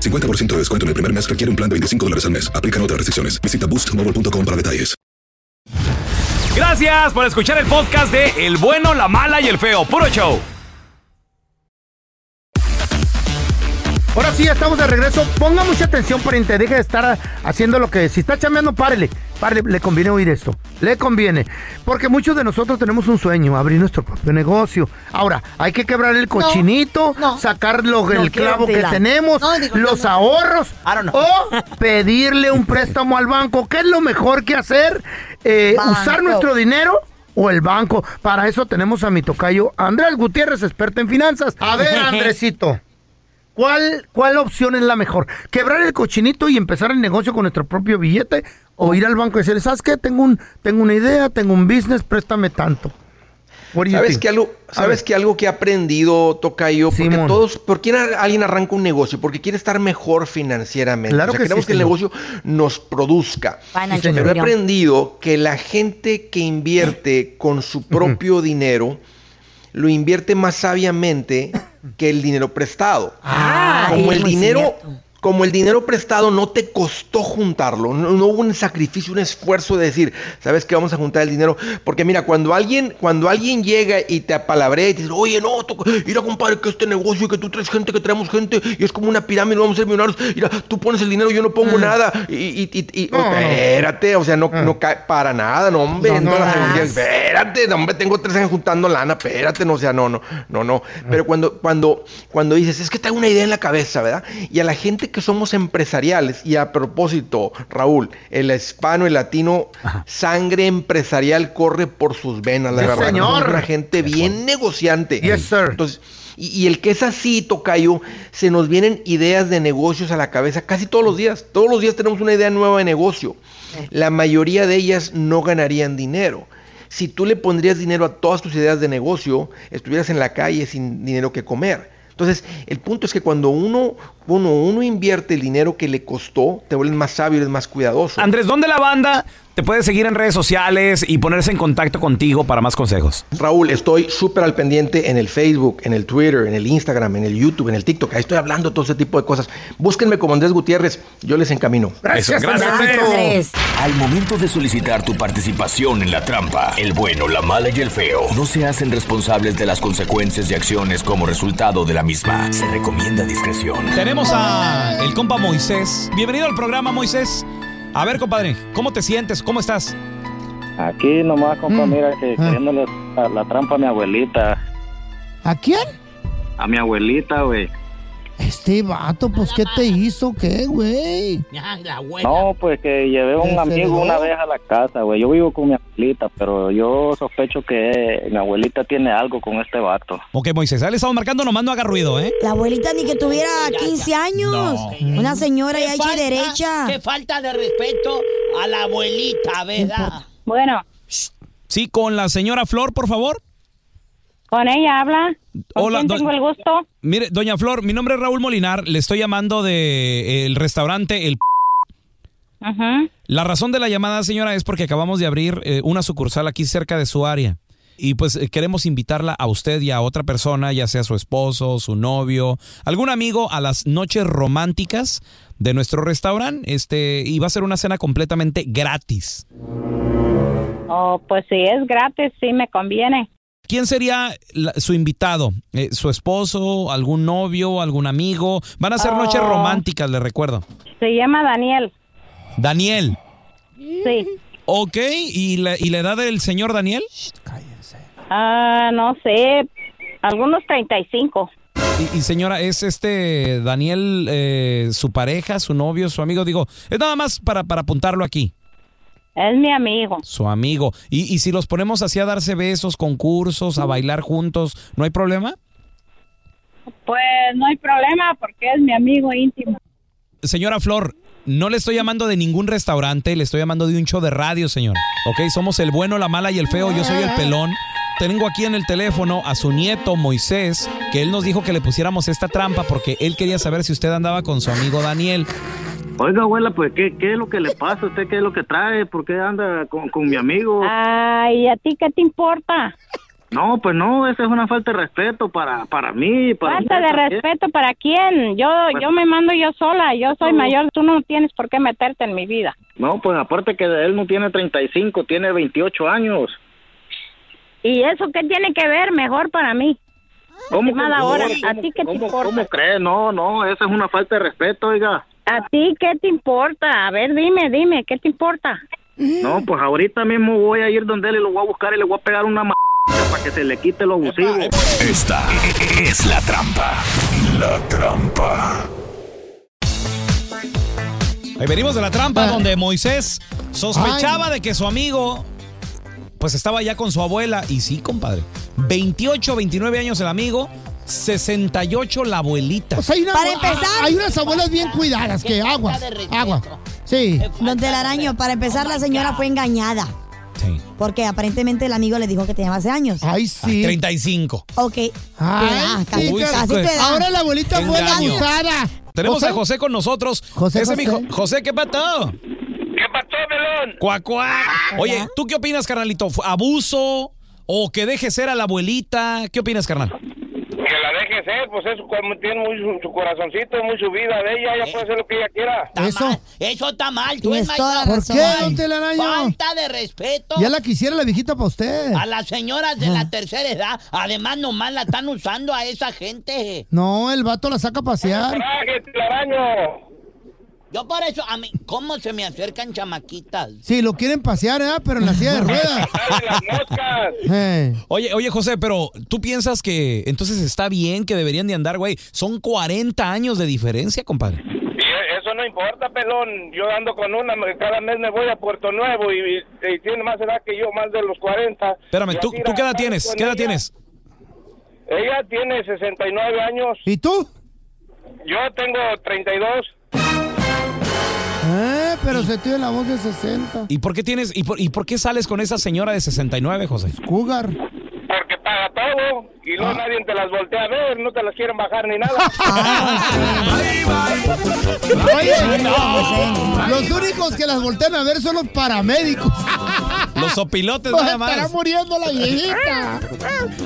[SPEAKER 12] 50% de descuento en el primer mes requiere un plan de 25 dólares al mes. Aplican otras restricciones. Visita boostmobile.com para detalles.
[SPEAKER 1] Gracias por escuchar el podcast de El bueno, la mala y el feo. Puro show.
[SPEAKER 2] Ahora sí, ya estamos de regreso. Ponga mucha atención, pariente. Deje de estar haciendo lo que. Si está chambeando, párele. Párele, le conviene oír esto. Le conviene. Porque muchos de nosotros tenemos un sueño: abrir nuestro propio negocio. Ahora, hay que quebrar el cochinito, sacar lo-
[SPEAKER 23] No,
[SPEAKER 2] el clavo que
[SPEAKER 23] quédatela.
[SPEAKER 2] tenemos,
[SPEAKER 23] No, digo,
[SPEAKER 2] los
[SPEAKER 23] no, no.
[SPEAKER 2] ahorros, o pedirle un préstamo al banco. ¿Qué es lo mejor que hacer? Eh, usar
[SPEAKER 23] Banco.
[SPEAKER 2] nuestro dinero. O el banco. Para eso tenemos a mi tocayo Andrés Gutiérrez, experto en finanzas. A <laughs> ver, Andresito. ¿Cuál, ¿Cuál opción es la mejor? ¿Quebrar el cochinito y empezar el negocio con nuestro propio billete? ¿O ir al banco y decir, ¿sabes qué? Tengo, un, tengo una idea, tengo un business, préstame tanto. What do you
[SPEAKER 24] ¿Sabes
[SPEAKER 2] think?
[SPEAKER 24] que algo, sabes
[SPEAKER 2] ver.
[SPEAKER 24] que algo que he aprendido, Tocayo? Porque
[SPEAKER 2] Simón.
[SPEAKER 24] todos, ¿por qué ar- alguien arranca un negocio? Porque quiere estar mejor financieramente.
[SPEAKER 2] Claro
[SPEAKER 24] O sea,
[SPEAKER 2] que
[SPEAKER 24] queremos
[SPEAKER 2] sí,
[SPEAKER 24] que el
[SPEAKER 2] señor.
[SPEAKER 24] negocio nos produzca.
[SPEAKER 2] Financial
[SPEAKER 24] Pero he
[SPEAKER 2] freedom.
[SPEAKER 24] aprendido que la gente que invierte con su propio dinero, lo invierte más sabiamente que el dinero prestado. como
[SPEAKER 7] es
[SPEAKER 24] el
[SPEAKER 7] muy
[SPEAKER 24] dinero, como el dinero prestado no te costó juntarlo, no, no hubo un sacrificio, un esfuerzo de decir, sabes que vamos a juntar el dinero, porque mira, cuando alguien, cuando alguien llega y te apalabrea y te dice, oye, no, tú, mira, compadre, que este negocio, que tú traes gente, que traemos gente, y es como una pirámide, vamos a ser millonarios, mira, tú pones el dinero, yo no pongo nada, y, y, y- y-
[SPEAKER 7] Mm. No, no.
[SPEAKER 24] espérate, o sea, no, no cae para nada, no, hombre,
[SPEAKER 7] No, no
[SPEAKER 24] todas las
[SPEAKER 7] das.
[SPEAKER 24] energías, espérate, no, hombre, tengo tres años juntando lana, espérate, no, o sea, no, no, no, no. Pero cuando, cuando, cuando dices, es que tengo una idea en la cabeza, ¿verdad? Y a la gente que somos empresariales, y a propósito, Raúl, el hispano, el latino, sangre empresarial corre por sus venas, la
[SPEAKER 2] Yes,
[SPEAKER 24] verdad.
[SPEAKER 2] señor.
[SPEAKER 24] Somos una gente bien negociante. Entonces, y, y el que es así, Tocayo, se nos vienen ideas de negocios a la cabeza casi todos los días. Todos los días tenemos una idea nueva de negocio. La mayoría de ellas no ganarían dinero. Si tú le pondrías dinero a todas tus ideas de negocio, estuvieras en la calle sin dinero que comer. Entonces, el punto es que cuando uno, uno, uno invierte el dinero que le costó, te vuelves más sabio, eres más cuidadoso.
[SPEAKER 1] Andrés, ¿dónde la banda te puede seguir en redes sociales y ponerse en contacto contigo para más consejos?
[SPEAKER 24] Raúl, estoy súper al pendiente en el Facebook, en el Twitter, en el Instagram, en el YouTube, en el TikTok. Ahí estoy hablando todo ese tipo de cosas. Búsquenme como Andrés Gutiérrez, yo les encamino.
[SPEAKER 14] Eso, Al momento de solicitar tu participación en la trampa, el bueno, la mala y el feo no se hacen responsables de las consecuencias y acciones como resultado de la misma. Se recomienda discreción.
[SPEAKER 20] Tenemos a el compa Moisés. Bienvenido al programa, Moisés. A ver, compadre, ¿cómo te sientes? ¿Cómo estás?
[SPEAKER 10] Aquí nomás, compa,
[SPEAKER 2] Mm.
[SPEAKER 10] mira que
[SPEAKER 2] Ah.
[SPEAKER 10] queriéndole la, la trampa a mi abuelita.
[SPEAKER 2] ¿A quién?
[SPEAKER 10] A mi abuelita, güey.
[SPEAKER 2] Este vato, pues, ¿qué te hizo? ¿Qué, güey?
[SPEAKER 10] No, pues que llevé a un
[SPEAKER 2] ¿En serio?
[SPEAKER 10] amigo una vez a la casa, güey. Yo vivo con mi abuelita, pero yo sospecho que mi abuelita tiene algo con este vato.
[SPEAKER 20] Ok, Moisés, ahí le estamos marcando, nomás no haga ruido, ¿eh?
[SPEAKER 3] La abuelita ni que tuviera 15 años.
[SPEAKER 20] No.
[SPEAKER 3] Una señora ya hecha y derecha.
[SPEAKER 9] Qué falta de respeto a la abuelita, ¿verdad? Bueno,
[SPEAKER 20] Sí, con la señora Flor, por favor.
[SPEAKER 9] con ella habla. ¿Con
[SPEAKER 20] Hola,
[SPEAKER 9] quién
[SPEAKER 20] do-
[SPEAKER 9] tengo el gusto?
[SPEAKER 20] Mire, doña Flor, mi nombre es Raúl Molinar, le estoy llamando de eh, el restaurante El P-
[SPEAKER 9] Ajá.
[SPEAKER 20] La razón de la llamada, señora, es porque acabamos de abrir eh, una sucursal aquí cerca de su área. Y pues eh, queremos invitarla a usted y a otra persona, ya sea su esposo, su novio, algún amigo, a las noches románticas de nuestro restaurante. Este, y va a ser una cena completamente gratis.
[SPEAKER 9] Oh, pues si es gratis, sí me conviene.
[SPEAKER 20] ¿Quién sería la- su invitado? Eh, ¿Su esposo, algún novio, algún amigo? Van a ser noches
[SPEAKER 9] Oh.
[SPEAKER 20] románticas, le recuerdo.
[SPEAKER 9] Se llama Daniel.
[SPEAKER 20] Daniel.
[SPEAKER 9] Sí.
[SPEAKER 20] Ok, ¿y la, y la edad del señor Daniel?
[SPEAKER 9] Ah, no sé, algunos 35.
[SPEAKER 20] Y, y señora, ¿es este Daniel eh, su pareja, su novio, su amigo? Digo, es nada más para, para apuntarlo aquí.
[SPEAKER 9] Es mi amigo.
[SPEAKER 1] Su amigo. ¿Y, y si los ponemos así a darse besos, concursos, a bailar juntos, ¿no hay problema?
[SPEAKER 9] Pues no hay problema porque es mi amigo íntimo.
[SPEAKER 1] Señora Flor, no le estoy llamando de ningún restaurante, le estoy llamando de un show de radio, señor. Ok, somos el bueno, la mala y el feo, yo soy el pelón. Tengo aquí en el teléfono a su nieto Moisés, que él nos dijo que le pusiéramos esta trampa porque él quería saber si usted andaba con su amigo Daniel.
[SPEAKER 25] Oiga, abuela, pues, ¿qué, qué es lo que le pasa a usted? ¿Qué es lo que trae? ¿Por qué anda con, con mi amigo?
[SPEAKER 9] Ay, ¿a ti qué te importa?
[SPEAKER 25] No, pues no, esa es una falta de respeto para, para mí. Para
[SPEAKER 9] Falta
[SPEAKER 25] usted,
[SPEAKER 9] de
[SPEAKER 25] ¿para qué?
[SPEAKER 9] respeto para quién? Yo yo me mando yo sola, yo soy mayor, tú no tienes por qué meterte en mi vida.
[SPEAKER 25] No, pues aparte que él no tiene 35, tiene 28 años.
[SPEAKER 9] ¿Y eso qué tiene que ver mejor para mí?
[SPEAKER 25] ¿Cómo,
[SPEAKER 9] Mala
[SPEAKER 25] cómo-
[SPEAKER 9] hora,
[SPEAKER 25] cómo-
[SPEAKER 9] ¿a ti qué te
[SPEAKER 25] cómo-
[SPEAKER 9] importa?
[SPEAKER 25] cómo cree? No, no, esa es una falta de respeto, oiga.
[SPEAKER 9] ¿A ti qué te importa? A ver, dime, dime, ¿qué te importa?
[SPEAKER 25] No, pues ahorita mismo voy a ir donde él y lo voy a buscar y le voy a pegar una m para que se le quite lo abusivo.
[SPEAKER 26] Esta es la trampa. La trampa.
[SPEAKER 1] Ahí venimos de la
[SPEAKER 2] Ah.
[SPEAKER 1] trampa donde Moisés sospechaba de que su amigo pues estaba ya con su abuela y sí, compadre. 28, 29 años el amigo, 68 la abuelita.
[SPEAKER 2] Pues
[SPEAKER 3] Para empezar.
[SPEAKER 2] Hay unas abuelas bien cuidadas que aguas. Agua. Sí.
[SPEAKER 3] Don del araño, para empezar, la señora fue engañada. Porque aparentemente el amigo le dijo que tenía hace años.
[SPEAKER 2] Ay, sí.
[SPEAKER 1] 35.
[SPEAKER 3] Ok. Te
[SPEAKER 2] Ay,
[SPEAKER 3] da,
[SPEAKER 2] sí,
[SPEAKER 3] casi-
[SPEAKER 2] claro.
[SPEAKER 3] casi te da.
[SPEAKER 2] Ahora la abuelita fue la
[SPEAKER 1] Engaño.
[SPEAKER 2] abusada.
[SPEAKER 1] pues. Tenemos
[SPEAKER 2] José.
[SPEAKER 1] a José con nosotros.
[SPEAKER 2] José,
[SPEAKER 1] Ese es mi
[SPEAKER 2] José.
[SPEAKER 1] jo- José, ¿qué pató? ¿Qué pató, melón? Cuac, cuac. Oye, ¿tú qué opinas, carnalito? ¿Fue ¿Abuso? ¿O que deje ser a la abuelita? ¿Qué opinas, carnal?
[SPEAKER 27] Que la deje ser, pues eso como tiene muy su, su corazoncito, muy su vida de ella, ella puede hacer lo que ella quiera.
[SPEAKER 2] Eso.
[SPEAKER 27] Eh. Eso está mal,
[SPEAKER 2] tú Tienes eres toda la mayor. razón. ¿Por qué, don Telaraño?
[SPEAKER 9] Falta de respeto.
[SPEAKER 2] Ya la quisiera la viejita para usted.
[SPEAKER 9] A las señoras de
[SPEAKER 2] Ah.
[SPEAKER 9] la tercera edad, además nomás la están usando a esa gente.
[SPEAKER 2] No, el vato la saca a pasear.
[SPEAKER 9] Yo por eso, a mí, ¿cómo se me acercan chamaquitas?
[SPEAKER 2] Sí, lo quieren pasear, ¿eh? Pero en la silla de
[SPEAKER 1] <laughs>
[SPEAKER 2] ruedas. Eh.
[SPEAKER 1] Oye, oye, José, pero ¿tú piensas que entonces está bien que deberían de andar, güey? Son 40 años de diferencia, compadre.
[SPEAKER 27] Y eso no importa, pelón. Yo ando con una, me- cada mes me voy a Puerto Nuevo y, y- y tiene más edad que yo, más de los 40.
[SPEAKER 1] Espérame,
[SPEAKER 27] Y
[SPEAKER 1] ¿tú,
[SPEAKER 27] así la-
[SPEAKER 1] ¿tú qué edad
[SPEAKER 27] ando
[SPEAKER 1] tienes?
[SPEAKER 27] con
[SPEAKER 1] ¿Qué edad
[SPEAKER 27] ella.
[SPEAKER 1] tienes?
[SPEAKER 27] Ella tiene 69 años.
[SPEAKER 2] ¿Y tú?
[SPEAKER 27] Yo tengo 32.
[SPEAKER 2] Eh, pero se tiene la voz de 60.
[SPEAKER 1] ¿Y por qué tienes y por, y por qué sales con esa señora de 69, José?
[SPEAKER 2] Cougar.
[SPEAKER 27] Porque paga todo y
[SPEAKER 1] Ah.
[SPEAKER 27] luego nadie te las voltea a ver, no te las quieren bajar
[SPEAKER 1] <laughs>
[SPEAKER 27] ni nada.
[SPEAKER 1] Ah.
[SPEAKER 2] Oye, los únicos que las voltean a ver son los
[SPEAKER 1] <laughs>
[SPEAKER 2] paramédicos. Pues
[SPEAKER 1] Los
[SPEAKER 2] <laughs>
[SPEAKER 1] sopilotes nada
[SPEAKER 2] Estará
[SPEAKER 1] más.
[SPEAKER 2] muriendo la viejita.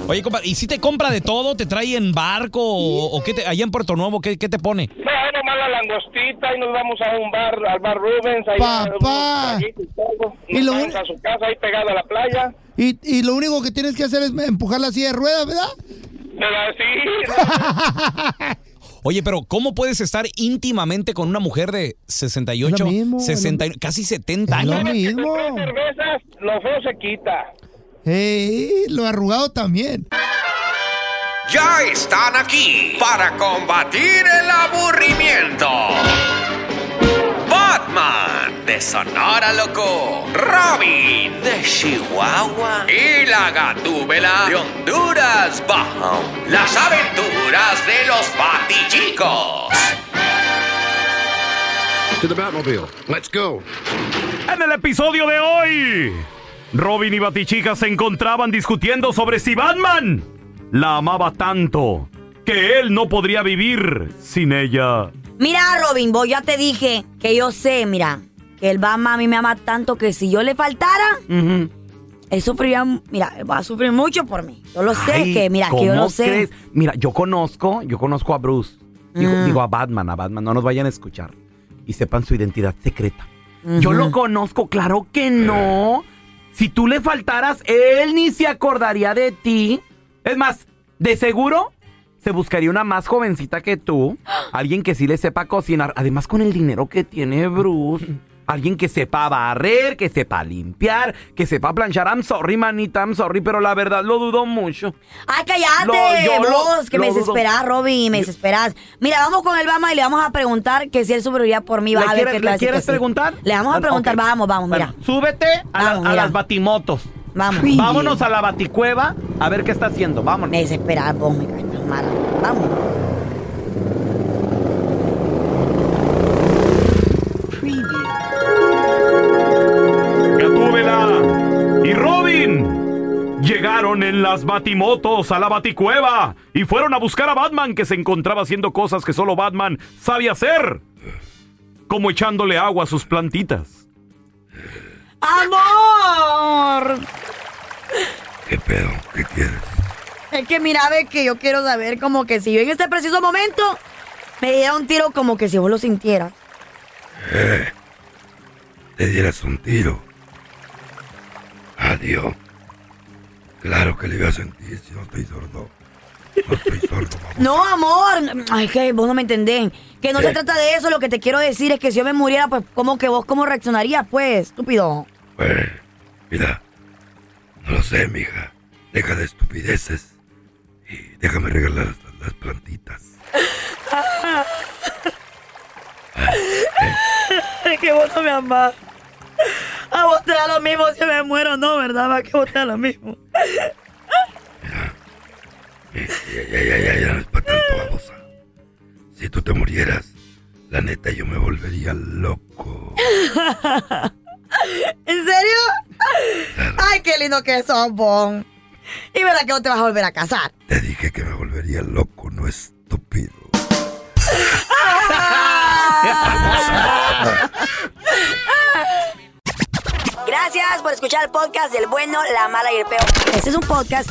[SPEAKER 1] Oye, compadre, ¿y si te compra de todo? ¿Te trae en barco o, o qué te, allá en Puerto Nuevo qué, qué te pone?
[SPEAKER 27] No, nomás la langostita y nos vamos a un bar, al bar Rubens. Ahí
[SPEAKER 2] Papá.
[SPEAKER 27] Y lo vamos a su casa ahí pegada a la playa.
[SPEAKER 2] Y, y lo único que tienes que hacer es empujar la silla de ruedas, ¿verdad?
[SPEAKER 27] Pero así,
[SPEAKER 1] Oye, pero ¿cómo puedes estar íntimamente con una mujer de 68, 60, casi 70 años?
[SPEAKER 2] mismo.
[SPEAKER 27] cervezas, lo feo se quita.
[SPEAKER 2] Eh, lo arrugado también.
[SPEAKER 14] Ya están aquí para combatir el aburrimiento. Batman de Sonora Loco, Robin de Chihuahua y la Gatúbela de Honduras Bajo. Las aventuras de los Batichicos.
[SPEAKER 28] To the Batmobile. Let's go. En el episodio de hoy, Robin y Batichica se encontraban discutiendo sobre si Batman la amaba tanto que él no podría vivir sin ella.
[SPEAKER 3] Mira, Robin, vos ya te dije que yo sé, mira, que el Batman a mí me ama tanto que si yo le faltara, él sufriría, mira, va a sufrir mucho por mí. Yo lo sé,
[SPEAKER 6] Ay,
[SPEAKER 3] que mira, que yo
[SPEAKER 6] ¿cómo
[SPEAKER 3] lo sé.
[SPEAKER 6] crees? Mira, yo conozco, yo conozco a Bruce. Digo,
[SPEAKER 3] Mm.
[SPEAKER 6] digo a Batman, a Batman. No nos vayan a escuchar y sepan su identidad secreta. <laughs> Yo lo conozco, claro que no. Si tú le faltaras, él ni se acordaría de ti. Es más, de seguro se buscaría una más jovencita que tú. Alguien que sí le sepa cocinar. Además, con el dinero que tiene Bruce. Alguien que sepa barrer, que sepa limpiar, que sepa planchar. I'm sorry, manita, I'm sorry, pero la verdad lo dudo mucho.
[SPEAKER 3] ¡Ay, cállate!
[SPEAKER 6] Lo- yo lo-
[SPEAKER 3] vos, que
[SPEAKER 6] lo
[SPEAKER 3] me
[SPEAKER 6] dudo.
[SPEAKER 3] desesperás, Robin, me desesperás. Mira, vamos con el Bama y le vamos a preguntar que si él subiría por mí. Vas
[SPEAKER 6] ¿Le
[SPEAKER 3] a ver
[SPEAKER 6] quieres-
[SPEAKER 3] qué
[SPEAKER 6] le
[SPEAKER 3] tal
[SPEAKER 6] quieres preguntar?
[SPEAKER 3] Le vamos a
[SPEAKER 6] Ah,
[SPEAKER 3] preguntar,
[SPEAKER 6] ok.
[SPEAKER 3] vamos, vamos,
[SPEAKER 6] Bueno,
[SPEAKER 3] mira.
[SPEAKER 6] Súbete a, la-
[SPEAKER 3] Vamos,
[SPEAKER 6] a
[SPEAKER 3] mira.
[SPEAKER 6] las batimotos.
[SPEAKER 3] Vamos.
[SPEAKER 6] Vámonos a la baticueva a ver qué está haciendo. Vámonos. Me
[SPEAKER 3] desesperás, vos, me caes tan mala. Vamos.
[SPEAKER 29] Gatúbela y Robin llegaron en las batimotos a la baticueva y fueron a buscar a Batman que se encontraba haciendo cosas que solo Batman sabe hacer, como echándole agua a sus plantitas.
[SPEAKER 3] ¡Amor!
[SPEAKER 20] ¿Qué pedo? ¿Qué quieres?
[SPEAKER 3] Es que mira, ve que yo quiero saber como que si yo en este preciso momento me diera un tiro como que si vos lo sintieras.
[SPEAKER 20] Eh, te dieras un tiro. Adiós. Claro que le iba a sentir si no estoy sordo. No estoy sordo.
[SPEAKER 3] No, amor. Ay, que vos no me entendés. Que no se
[SPEAKER 20] ¿Eh?
[SPEAKER 3] trata de eso. Lo que te quiero decir es que si yo me muriera, pues, ¿cómo que vos cómo reaccionarías, pues, estúpido?
[SPEAKER 20] Pues, mira, no lo sé, mija. Deja de estupideces y déjame regalar las, las plantitas.
[SPEAKER 3] Es <laughs> que vos no me amás. A vos te da lo mismo si me muero, ¿no? ¿Verdad? Va que vos te da lo mismo.
[SPEAKER 20] Ya, ya, ya, ya, ya no es para tanto, babosa. Si tú te murieras, la neta yo me volvería loco.
[SPEAKER 3] ¿En serio? Ay, qué lindo que sos, Bon. Y verás que no te vas a volver a <laughs> casar.
[SPEAKER 20] Te dije que me volvería loco, no estúpido.
[SPEAKER 3] <laughs> Gracias por escuchar el podcast del bueno, la mala y el peor. Este es un podcast